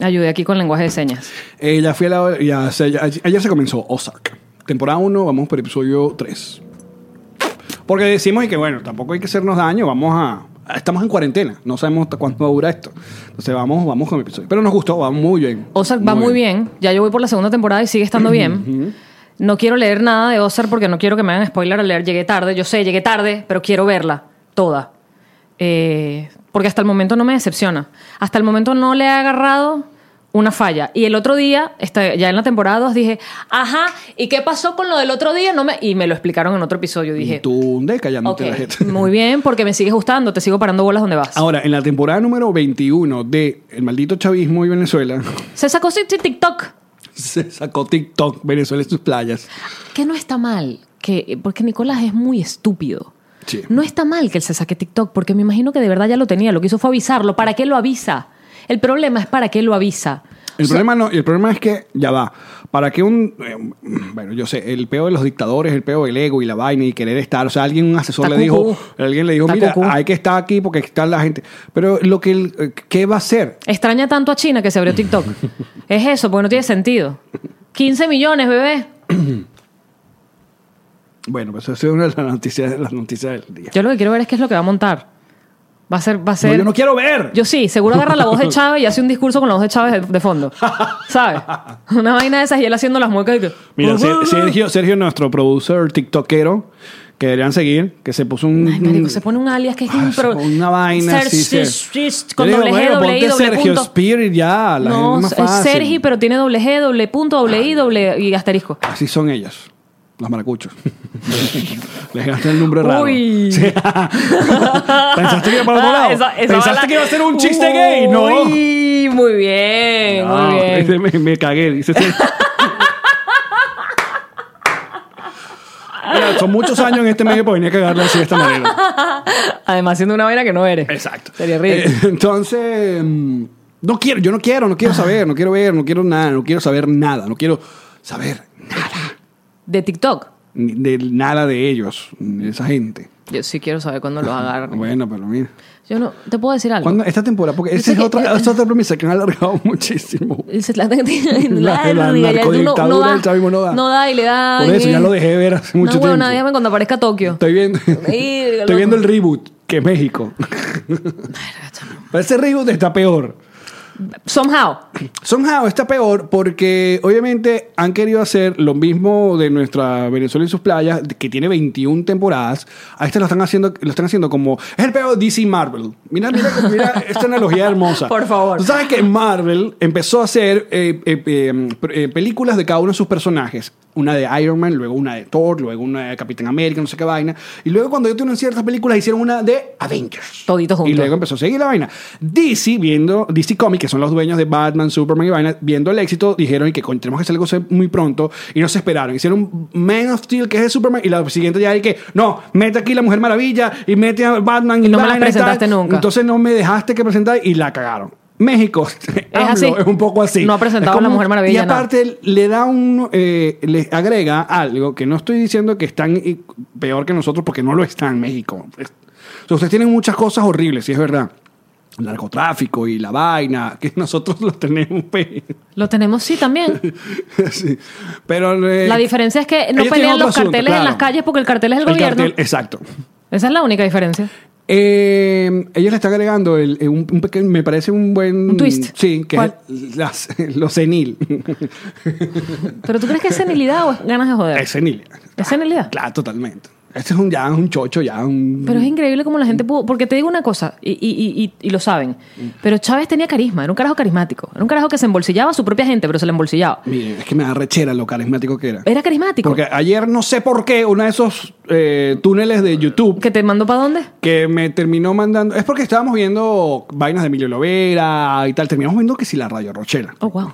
Ayudé aquí con lenguaje de señas. Eh, ya fui al lado. Ya, se- ya- ayer se comenzó Ozark. Temporada 1, vamos por episodio 3. Porque decimos y que bueno, tampoco hay que hacernos daño, vamos a. Estamos en cuarentena, no sabemos hasta cuánto va a durar esto. Entonces vamos, vamos con el episodio. Pero nos gustó, va muy bien. Ozark va muy bien. ya yo voy por la segunda temporada y sigue estando bien. No quiero leer nada de Ozark porque no quiero que me hagan spoiler al leer. Llegué tarde, yo sé, llegué tarde, pero quiero verla toda. Eh, porque hasta el momento no me decepciona. Hasta el momento no le he agarrado una falla. Y el otro día, esta- ya en la temporada 2, dije, ajá, ¿y qué pasó con lo del otro día? No me... Y me lo explicaron en otro episodio. Dije, Tú, de callándote ok, la Ah, gente. muy bien, porque me sigues gustando, te sigo parando bolas donde vas. Ahora, en la temporada número 21 de El maldito chavismo y Venezuela, Se sacó ese TikTok. se sacó TikTok Venezuela en sus playas. que no está mal que porque Nicolás es muy estúpido. Sí. No está mal que él se saque TikTok porque me imagino que de verdad ya lo tenía, lo que hizo fue avisarlo, ¿para qué lo avisa? El problema es para qué lo avisa. El, problema no, el problema es que, ya va, para que un... eh, bueno, yo sé, el peo de los dictadores, el peo del ego y la vaina y querer estar... O sea, alguien, un asesor Está le dijo... cucú. Alguien le dijo, Está mira, cucú. hay que estar aquí porque está la gente. Pero lo que... el- eh, ¿Qué va a hacer? Extraña tanto a China que se abrió TikTok. es eso, porque no tiene sentido. 15 millones, bebé. Bueno, pues esa es una de las noticias, las noticias del día. Yo lo que quiero ver es qué es lo que va a montar. Va a ser va No, a ser yo no quiero ver. Yo sí, seguro agarra la voz de Chávez y hace un discurso con la voz de Chávez de, de fondo. ¿Sabes? Una vaina de esas y él haciendo las muecas y que- Mira, Ser- Sergio, Sergio, nuestro producer tiktokero, que deberían seguir, que se puso un... Ay, marico, se pone un alias que es Ah, Mm. se impro- pone una vaina Ser- así, Ser- Ser- Ser- con Yo digo, doble G, bueno, doble I, ponte doble Sergio punto. Spirit ya, la no, gente es más es fácil. Sergi, pero tiene doble G, doble punto, doble I, doble y asterisco. Así son ellos, los maracuchos. Les gastan el nombre raro. Uy. Ah, Sí. ¿Pensaste que iba para otro lado? Esa- esa ¿Pensaste bala- que iba a ser un chiste gay? No. Uy, muy bien, No, este- muy bien. ese Me, me cagué, dice Sergio. Mira, son muchos años en este medio para venir a cagarla así de esta manera. Además, siendo una vaina que no eres. Exacto. Sería ridículo. Eh, entonces, mm, no quiero, yo no quiero, no quiero saber, no quiero ver, no quiero nada, no quiero saber nada, no quiero saber nada, De TikTok. ni de nada de ellos, ni de esa gente. Yo sí quiero saber cuándo los agarran. Ah, Bueno, pero mira. Yo no, te puedo decir algo. ¿Cuándo- esta temporada, porque esa Dice es, que- otra, esa es otra premisa que han alargado muchísimo. Se trata que tiene La- la larga, ya tú no- no narcodictadura da, del chavismo no da. y le da. Por eso ya lo dejé de ver hace mucho no, bueno, tiempo. déjame cuando aparezca Tokio. Estoy viendo, Ahí, estoy loco. viendo el reboot, que es México. Pero ese reboot está peor. Somehow. Somehow está peor porque obviamente han querido hacer lo mismo de nuestra Venezuela y sus playas, que tiene 21 temporadas. A este lo están haciendo, lo están haciendo como. Es el peor DC Marvel. Mira, mira, mira esta analogía hermosa. Por favor. Tú sabes que Marvel empezó a hacer eh, eh, eh, pr- eh, películas de cada uno de sus personajes. Una de Iron Man, luego una de Thor, luego una de Capitán América, no sé qué vaina. Y luego cuando ellos tuvieron ciertas películas, hicieron una de Avengers. Toditos juntos. Y luego empezó a seguir la vaina. DC, viendo DC Comics, que son los dueños de Batman, Superman y vaina, viendo el éxito, dijeron que coño, tenemos que hacer algo se- muy pronto y no se esperaron. Hicieron Man of Steel, que es de Superman, y la siguiente ya hay que, no, mete aquí la Mujer Maravilla y mete a Batman y Y no me las vaina y tal. presentaste nunca. Entonces no me dejaste que presentar y la cagaron. México es, así. Ah, es un poco así. No ha presentado Es a la Mujer Maravilla, Y no. aparte le da un, eh, le agrega algo que no estoy diciendo que están y- peor que nosotros porque no lo están en México. Es- o sea, ustedes tienen muchas cosas horribles, si es verdad. El narcotráfico y la vaina, que nosotros lo tenemos. pe- Lo tenemos sí también. sí. Pero, eh, La diferencia es que no ellos tienen pelean otro los asunto, carteles en claro. las calles porque el cartel es el, El gobierno. cartel, exacto. Esa es la única diferencia. Eh, ellos le están agregando el, eh, un, un pequeño- me parece un buen Un twist. Sí, que ¿Cuál? es las- lo senil. ¿Pero tú crees que es senilidad o es ganas de joder? Es senil. Es senilidad. Claro, totalmente. Este es un ya, un chocho, ya un. Pero es increíble cómo la gente pudo. Porque te digo una cosa, y, y- y- y- y lo saben. Pero Chávez tenía carisma, era un carajo carismático. Era un carajo que se embolsillaba a su propia gente, pero se la embolsillaba. Miren, es que me da rechera lo carismático que era. Era carismático. Porque ayer no sé por qué uno de esos eh, túneles de YouTube ¿Que te mandó para dónde? que me terminó mandando. Es porque estábamos viendo vainas de Emilio Lovera y tal. Terminamos viendo que si la Radio Rochela. Oh, wow.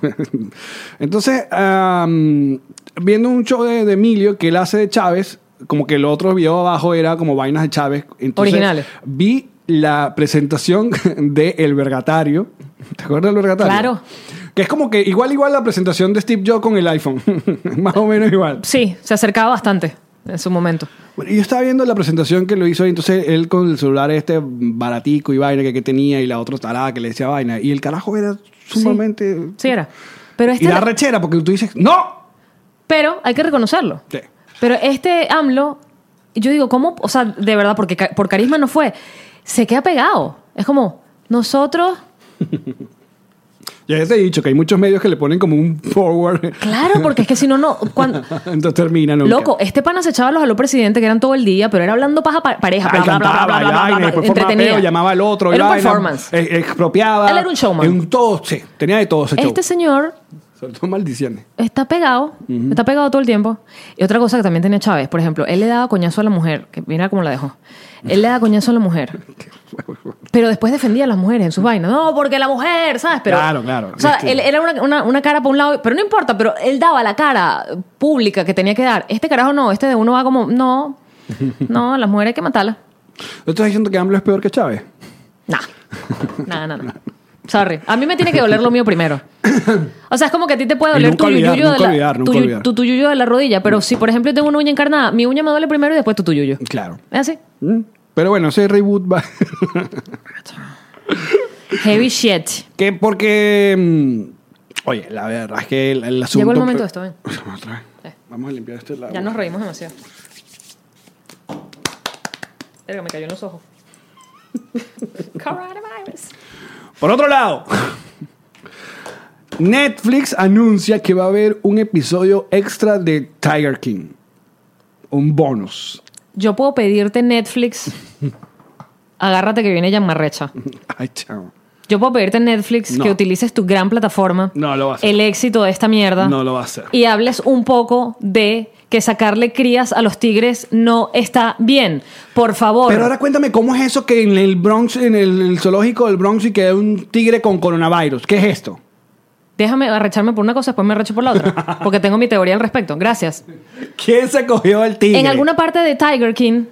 Entonces, am, viendo un show de, de Emilio que él hace de Chávez, como que el otro video abajo era como vainas de Chávez. Entonces, Originales. Vi la presentación de El Vergatario. ¿Te acuerdas del Vergatario? Claro. Que es como que igual, igual la presentación de Steve Jobs con el iPhone. Más o menos igual. Sí, se acercaba bastante en su momento. Bueno, yo estaba viendo la presentación que lo hizo, y entonces él con el celular este baratico y vaina que, que tenía, y la otra tarada que le decía vaina, y el carajo era sumamente... Sí, era. Pero, este Y la rechera, porque tú dices, ¡no! pero hay que reconocerlo. Sí. Pero este AMLO, yo digo, ¿cómo? O sea, de verdad, porque ca- por carisma no fue. Se queda pegado. Es como, nosotros. Ya te he dicho que hay muchos medios que le ponen como un forward, Claro, porque es que si no, no. cuan- entonces termina nunca. Loco, este pana se echaba los aló presidente que eran todo el día, pero era hablando paja pa- pareja, eh, bla, Ah, bla, bla, bla, cantaba, bla, bla, bla, vaina, bla, después formaba entretenía. peo, llamaba al otro, y Era un vaina, performance. eh, expropiaba. Él era un showman. En todo, sí, tenía de todo ese show. Este señor Sobre todo maldiciones. está pegado, está pegado todo el tiempo. Y otra cosa que también tenía Chávez, por ejemplo, él le daba coñazo a la mujer, que mira cómo la dejó. Él le daba coñazo a la mujer. Pero después defendía a las mujeres en sus vainas. No, porque la mujer, ¿sabes? Pero, Claro, claro. O sea, Este- él era una, una- una cara para un lado, pero no importa, pero él daba la cara pública que tenía que dar. Este carajo no, este de uno va como, no, no, a las mujeres hay que matarlas. ¿No estás diciendo que AMLO es peor que Chávez? Nah. Nah, nah, nah. Sorry. A mí me tiene que doler lo mío primero. O sea, es como que a ti te puede Y doler nunca tu olvidar, yuyuyo de nunca la olvidar, nunca tu yu- olvidar. tu tuyuyo de la rodilla, pero si por ejemplo yo tengo una uña encarnada, mi uña me duele primero y después tu tuyuyo. Claro. ¿Es así? Mm. Pero bueno, ese reboot va... Heavy shit. Que porque. mm, Oye, la verdad es que el, el asunto. Llegó el momento de esto, ven. Otra vez. Vamos a limpiar este lado. Ya nos reímos demasiado. Verga, me cayó en los ojos. Coronavirus. Por otro lado, Netflix anuncia que va a haber un episodio extra de Tiger King. Un bonus. Yo puedo pedirte Netflix. Agárrate que viene Marrecha. Ay, chao. Yo puedo pedirte en Netflix No. que utilices tu gran plataforma. No lo va a hacer. El éxito de esta mierda. No lo va a hacer. Y hables un poco de que sacarle crías a los tigres no está bien. Por favor. Pero ahora cuéntame cómo es eso que en el Bronx, en el, el zoológico del Bronx, y que hay un tigre con coronavirus. ¿Qué es esto? Déjame arrecharme por una cosa, después me arrecho por la otra. Porque tengo mi teoría al respecto. Gracias. ¿Quién se cogió al tigre? En alguna parte de Tiger King,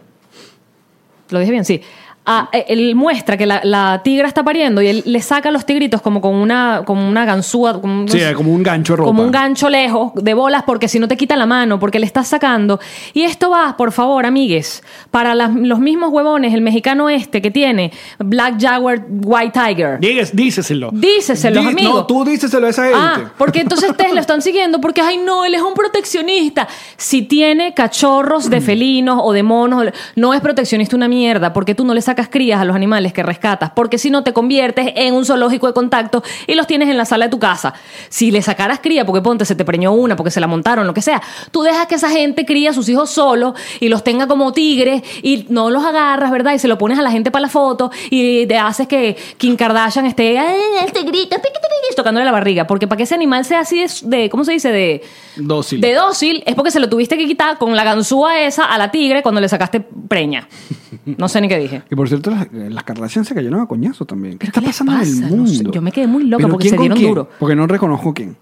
lo dije bien, sí. Ah, eh, él muestra que la, la tigra está pariendo y él le saca los tigritos como con una, como una ganzúa. Como un- Sí, como un gancho de ropa. Como un gancho lejos de bolas porque si no te quita la mano, porque le estás sacando. Y esto va, por favor, amigues, para las- los mismos huevones, el mexicano este que tiene Black Jaguar White Tiger. Dígues- díceselo. Díceselo, Di- amigo. No, tú díceselo a esa gente. Ah, porque entonces te lo están siguiendo porque, ay, no, él es un proteccionista. Si tiene cachorros de felinos o de monos, no es proteccionista una mierda porque tú no le sacas crías a los animales que rescatas, porque si no te conviertes en un zoológico de contacto y los tienes en la sala de tu casa. Si le sacaras cría porque ponte, se te preñó una, porque se la montaron, lo que sea, tú dejas que esa gente cría a sus hijos solos y los tenga como tigres y no los agarras, ¿verdad? Y se lo pones a la gente para la foto y te haces que Kim Kardashian esté, ay, este grito, piqui, piqui, piqui, tocándole la barriga, porque para que ese animal sea así de, de- ¿cómo se dice? De Dócil. de dócil es porque se lo tuviste que quitar con la ganzúa esa a la tigre cuando le sacaste preña. No sé ni qué dije. Que por cierto, las, las Kardashian se cayeron a coñazo también. ¿Qué ¿Pero está qué les pasando en pasa? el No mundo? sé, yo me quedé muy loca ¿Pero porque quién se con dieron quién? duro. Porque no reconozco quién.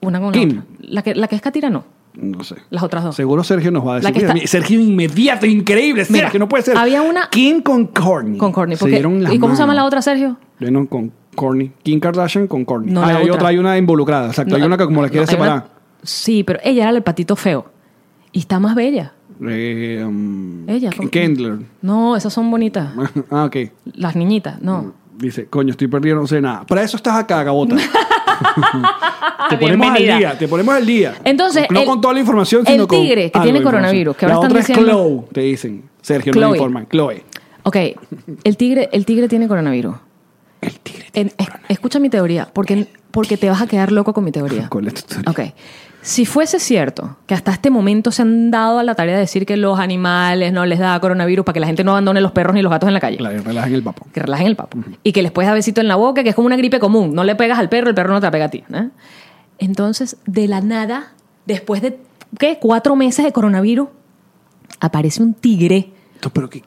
Una con Kim. la otra. La que, la que es catira no. No sé. Las otras dos. Seguro Sergio nos va a La decir. que Mira, está- Sergio inmediato, increíble. Mira, Sergio, no puede ser. había una- Kim con Courtney. Con Courtney. Se porque- dieron las ¿Y cómo se llama manos. la otra, Sergio? Dieron con Corny. Kim Kardashian con Corny. No, Ah, la hay otra. otra, hay una involucrada. Exacto, No, hay una que como la no, quiere hay una- separar. Sí, pero ella era el patito feo. Y está más bella. Eh, um, Ella. K- como- Kendler. No, esas son bonitas. ah, ok. Las niñitas, Mm. no. Dice, coño, estoy perdido, no sé nada. Para eso estás acá, Gabota. te ponemos Bienvenida. al día, te ponemos al día. Entonces, No el- con toda la información, el sino con tigre que algo tiene de coronavirus, que ahora información. están La otra diciendo- es Chloe, te dicen. Sergio, no Chloe. me informan. Chloe. Ok, el tigre, el tigre tiene coronavirus. El tigre. En- es- escucha mi teoría, porque, porque te vas a quedar loco con mi teoría. Con la tutoría. Ok. Si fuese cierto que hasta este momento se han dado a la tarea de decir que los animales no les da coronavirus para que la gente no abandone los perros ni los gatos en la calle. La relajan el papo. Que relajen el papo. Y que les puedes dar besito en la boca, que es como una gripe común. No le pegas al perro, el perro no te la pega a ti. ¿no? Entonces, de la nada, después de, ¿qué? Cuatro meses de coronavirus, aparece un tigre. Entonces, pero qué-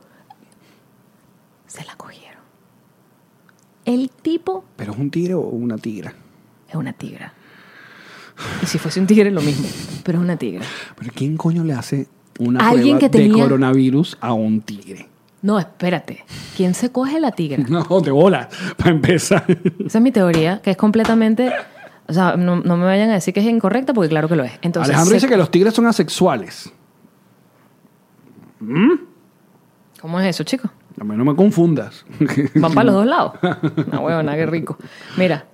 Se la cogieron. El tipo ¿Pero es un tigre o una tigra? es una tigra. Y si fuese un tigre, lo mismo. Pero es una tigra. ¿Pero quién coño le hace una Alguien prueba que de tenía- coronavirus a un tigre? No, espérate. ¿Quién se coge la tigra? No, te bola, para empezar. Esa es mi teoría, que es completamente. O sea, no, no me vayan a decir que es incorrecta, porque claro que lo es. Entonces, Alejandro se- dice que los tigres son asexuales. ¿Cómo es eso, chico? A mí no me confundas. Van para los dos lados. Una huevona, qué rico. Mira,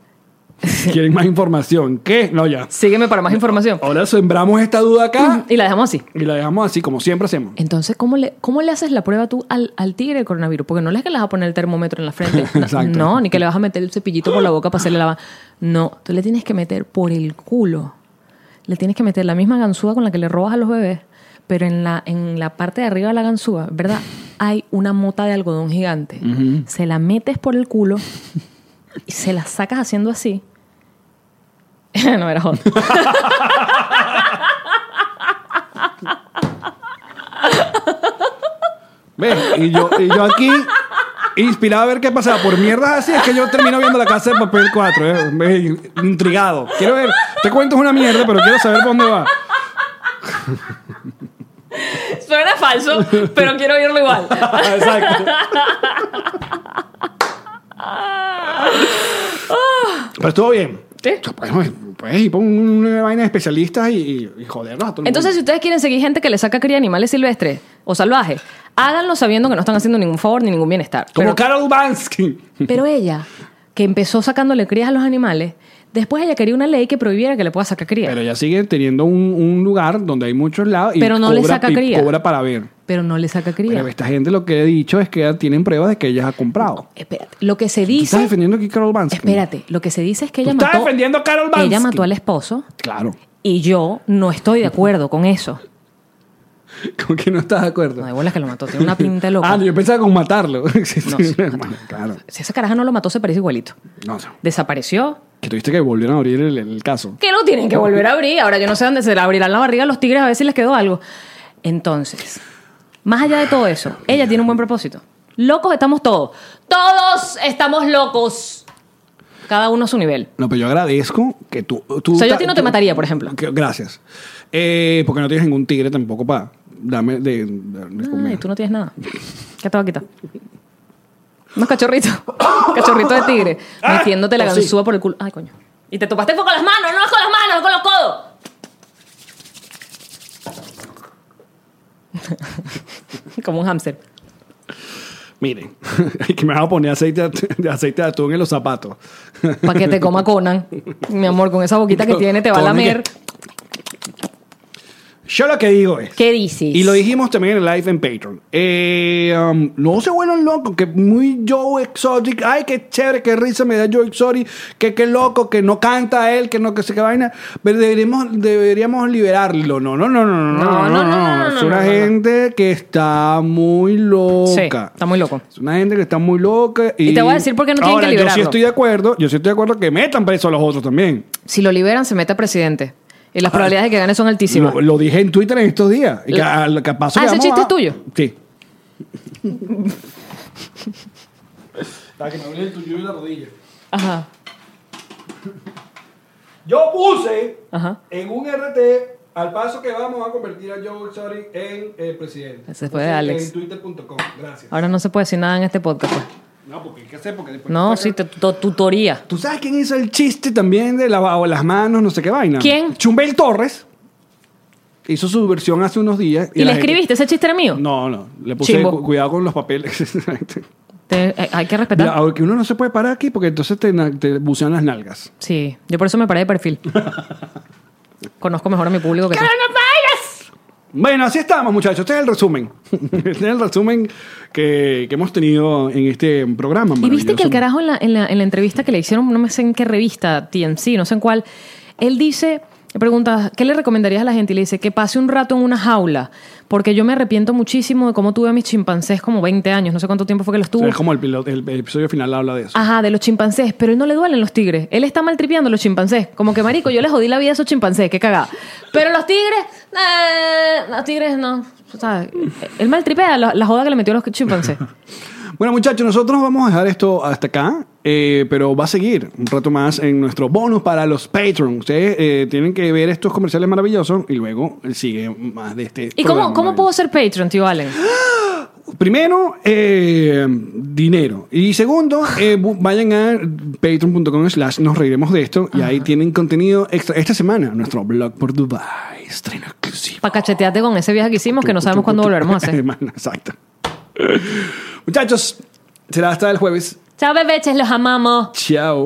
¿Quieren más información? ¿Qué? No, ya. sígueme para más información. Ahora sembramos esta duda acá Y la dejamos así. y la dejamos así, como siempre hacemos. Entonces, ¿cómo le, ¿cómo le haces la prueba tú al, al tigre del coronavirus? Porque no es que le vas a poner el termómetro en la frente. Exacto. No, ni que le vas a meter el cepillito por la boca para hacerle la... No, tú le tienes que meter por el culo. Le tienes que meter la misma ganzúa con la que le robas a los bebés, pero en la, en la parte de arriba de la ganzúa, ¿verdad? Hay una mota de algodón gigante. Se la metes por el culo y se la sacas haciendo así. no, era hot. ¿Ves? Y yo, y yo aquí, inspirado a ver qué pasaba. Por mierdas así es que yo termino viendo la casa de papel 4. ¿eh? Ve, Intrigado. Quiero ver. Te cuento es una mierda, pero quiero saber por dónde va. Suena falso, pero quiero oírlo igual. Exacto. Pero estuvo bien. Sí. O sea, Pues, pues, y pon una vaina de especialistas y, y jodernos a todo el Entonces, si mundo. ustedes quieren seguir gente que le saca cría a animales silvestres o salvajes, háganlo sabiendo que no están haciendo ningún favor ni ningún bienestar. Como Pero, Carol Bansky. pero ella, que empezó sacándole crías a los animales, después ella quería una ley que prohibiera que le pueda sacar cría. Pero Pero, ella sigue teniendo un, un lugar donde hay muchos lados y Pero no cobra, le saca y cría. cobra para ver. no le saca cría. Pero esta gente lo que he dicho es que ya tienen pruebas de que ella ha comprado. Espérate, lo que se ¿Tú estás dice... defendiendo aquí a Carol Bansky? Espérate, lo que se dice es que ¿Tú ella estás mató... defendiendo a Carol Bansky? Ella mató al esposo Claro. y yo no estoy de acuerdo con eso. ¿Con que no estás de acuerdo? No, de bolas que lo mató, tiene una pinta de loco. Ah, yo pensaba con matarlo. Sí, sí, No, sí, bueno, claro. Si esa caraja no lo mató, se parece igualito. No, sé. Desapareció, que tuviste que volvieron a abrir el, el caso. que lo tienen que volver a abrir. Ahora yo no sé dónde se le abrirán la barriga a los tigres a ver si les quedó algo. Entonces, más allá de todo eso, ella tiene un buen propósito. Locos estamos todos. Todos estamos locos. Cada uno a su nivel. No, pero yo agradezco que tú... tú O sea, yo a ta- ti no te tú- mataría, por ejemplo. que- gracias. Eh, porque no tienes ningún tigre tampoco para darme de, de- de Ay, comer. tú no tienes nada. ¿Qué te va a quitar? Unos cachorritos. Cachorritos de tigre. Ah, Metiéndote la oh, sí. ganzúa por el culo. Ay, coño. Y te topaste fue con las manos, no con las manos, con los codos. Como un hámster. Miren, que me vas a poner aceite de, de aceite de atún en los zapatos. Para que te coma Conan. Mi amor, con esa boquita que Con- tiene te va a Conan que- lamer. Yo lo que digo es... ¿Qué dices? Y lo dijimos también en el live en Patreon. Eh, um, no se vuelvan locos, que muy Joe Exotic. Ay, qué chévere, qué risa me da Joe Exotic. Que qué loco, que no canta él, que no, que se que vaina. Pero deberíamos, deberíamos liberarlo. No, no, no, no, no, no, no, no. no, no, es una no, no. gente que está muy loca. Sí, está muy loco. Es una gente que está muy loca. Y, Y te voy a decir por qué no tienen Ahora, que Yo sí liberarlo. estoy de acuerdo, yo sí estoy de acuerdo que metan preso a los otros también. Si lo liberan, se mete a presidente. Y las probabilidades de que gane son altísimas. Lo, lo dije en Twitter en estos días. Y que, La- al- capaz Ah, ese llegamos chiste es tuyo. Sí. Ajá, Yo puse ajá. en un RT, al paso que vamos a convertir a Joe Exotic en eh, presidente. Ese fue de Alex. En twitter.com. Gracias. Ahora no se puede decir nada en este podcast. pues. No, porque hay que hacer, porque después. No, sí, te- tu- tutoría. ¿Tú sabes quién hizo el chiste también de lavado las manos, no sé qué vaina? ¿Quién? Chumbel Torres. Hizo su versión hace unos días. ¿Y, la le gente- escribiste? ¿Ese chiste era mío? No, no. Le puse Chimbo. cu- cuidado con los papeles. Te- eh, hay que respetar. Mira, Aunque uno no se puede parar aquí porque entonces te, na- te bucean las nalgas. Sí, yo por eso me paré de perfil. Conozco mejor a mi público que tú. Bueno, así estamos, muchachos. Este es el resumen. este es el resumen que, que hemos tenido en este programa. Y viste que el maravilloso. carajo en la, en la- en la entrevista que le hicieron, no me sé en qué revista, TMC, no sé en cuál, él dice, le pregunta, ¿qué le recomendarías a la gente? Y le dice, que pase un rato en una jaula, porque yo me arrepiento muchísimo de cómo tuve a mis chimpancés como 20 años, no sé cuánto tiempo fue que los O tuve. sea, es como el, pilo- el- el episodio final habla de eso. Ajá, de los chimpancés, pero él no le duelen los tigres. Él está maltripeando a los chimpancés. Como que, marico, yo les jodí la vida a esos chimpancés, qué cagada. Pero los tigres, eh, los tigres no. O sea, él maltripea la, la joda que le metió a los chimpancés. Bueno, muchachos, nosotros vamos a dejar esto hasta acá, eh, pero va a seguir un rato más en nuestro bonus para los Patreons. Ustedes eh, tienen que ver estos comerciales maravillosos y luego sigue más de este. ¿Y cómo, programa cómo puedo ser Patreon, tío Allen? Primero, eh, dinero. Y segundo, eh, bu- vayan a patreon.com slash nos reiremos de esto y ahí tienen contenido extra. Esta semana, nuestro blog por Dubai, estreno exclusivo. Para cachetearte con ese viaje que hicimos que no sabemos cuándo volveremos a hacer. Exacto. Muchachos, será hasta el jueves. Chao, bebeches, los amamos. Chao.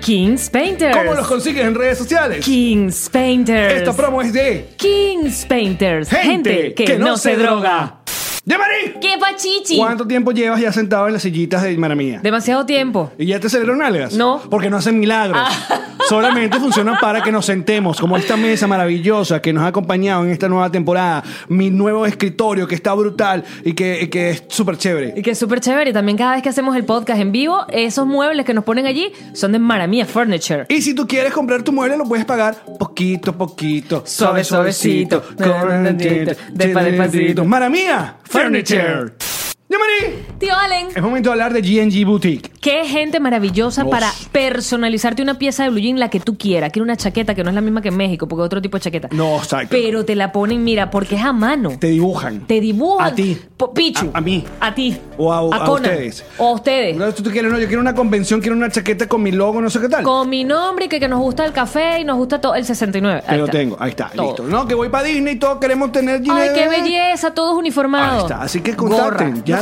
Kings Painters. ¿Cómo los consigues en redes sociales? Kings Painters. Esta promo es de Kings Painters. gente, ¡Ya, Marí! ¡Qué pachichi! ¿Cuánto tiempo llevas ya sentado en las sillitas de Maramía? Demasiado tiempo. ¿Y ya te salieron algas? No. Ah. Porque no hacen milagros. Solamente funcionan para que nos sentemos, como esta mesa maravillosa que nos ha acompañado en esta nueva temporada. Mi nuevo escritorio que está brutal y que, y que es súper Y chévere. que es súper chévere. También cada vez que hacemos el podcast en vivo, esos muebles que nos ponen allí son de Maramia Furniture. Y si tú quieres comprar tu mueble, lo puedes pagar poquito a poquito. Suave, suavecito. Depa, despacito. con Mara mía, Furniture. Yamari, Tío Allen, es momento de hablar de GNG Boutique. qué gente maravillosa Nos. para personalizarte una pieza de blue jean la que tú quieras. Quiero una chaqueta que no es la misma que en México, porque es otro tipo de chaqueta. No, exacto. Pero te la ponen, mira, porque es a mano. Te dibujan. Te dibujan. A ti. Po- Pichu. A- a mí. A ti. O a- a Conan. ustedes. O a ustedes. No, tú, tú quieres, no, yo quiero una convención, quiero una chaqueta con mi logo, no sé qué tal. Con mi nombre y que, que nos gusta el café y nos gusta todo el 69. Te Ahí lo está. tengo, ahí está, Todo. listo. No, que voy para Disney y todos queremos tener Ay, dinero. qué belleza, todos uniformados. Ahí está, así que contacten, Gorra. ya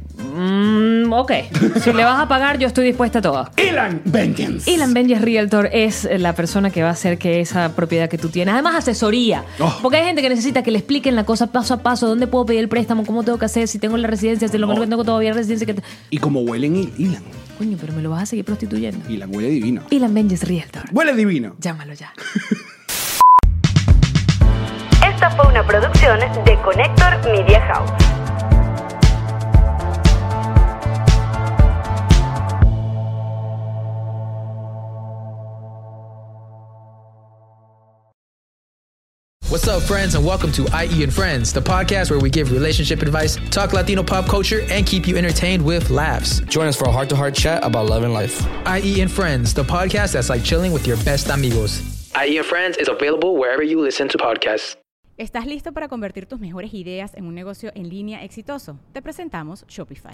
Mm, ok. Si le vas a pagar, yo estoy dispuesta a todo. Elan Vengeance. Elan Benjes Realtor es la persona que va a hacer que esa propiedad que tú tienes, además asesoría, Oh. porque hay gente que necesita que le expliquen la cosa paso a paso, dónde puedo pedir el préstamo, cómo tengo que hacer, si tengo la residencia, si lo que no tengo todavía residencia, que... Y como huelen Il- Elan. coño, pero me lo vas a seguir prostituyendo. Elan huele divino. Elan Benjes Realtor, Huele divino. llámalo ya. Esta fue una producción de Connector Media House. What's up, friends, and welcome to IE and Friends, the podcast where we give relationship advice, talk Latino pop culture, and keep you entertained with laughs. Join us for a heart to heart chat about love and life. IE and Friends, the podcast that's like chilling with your best amigos. IE E and Friends is available wherever you listen to podcasts. ¿Estás listo para convertir tus mejores ideas en un negocio en línea exitoso? Te presentamos Shopify.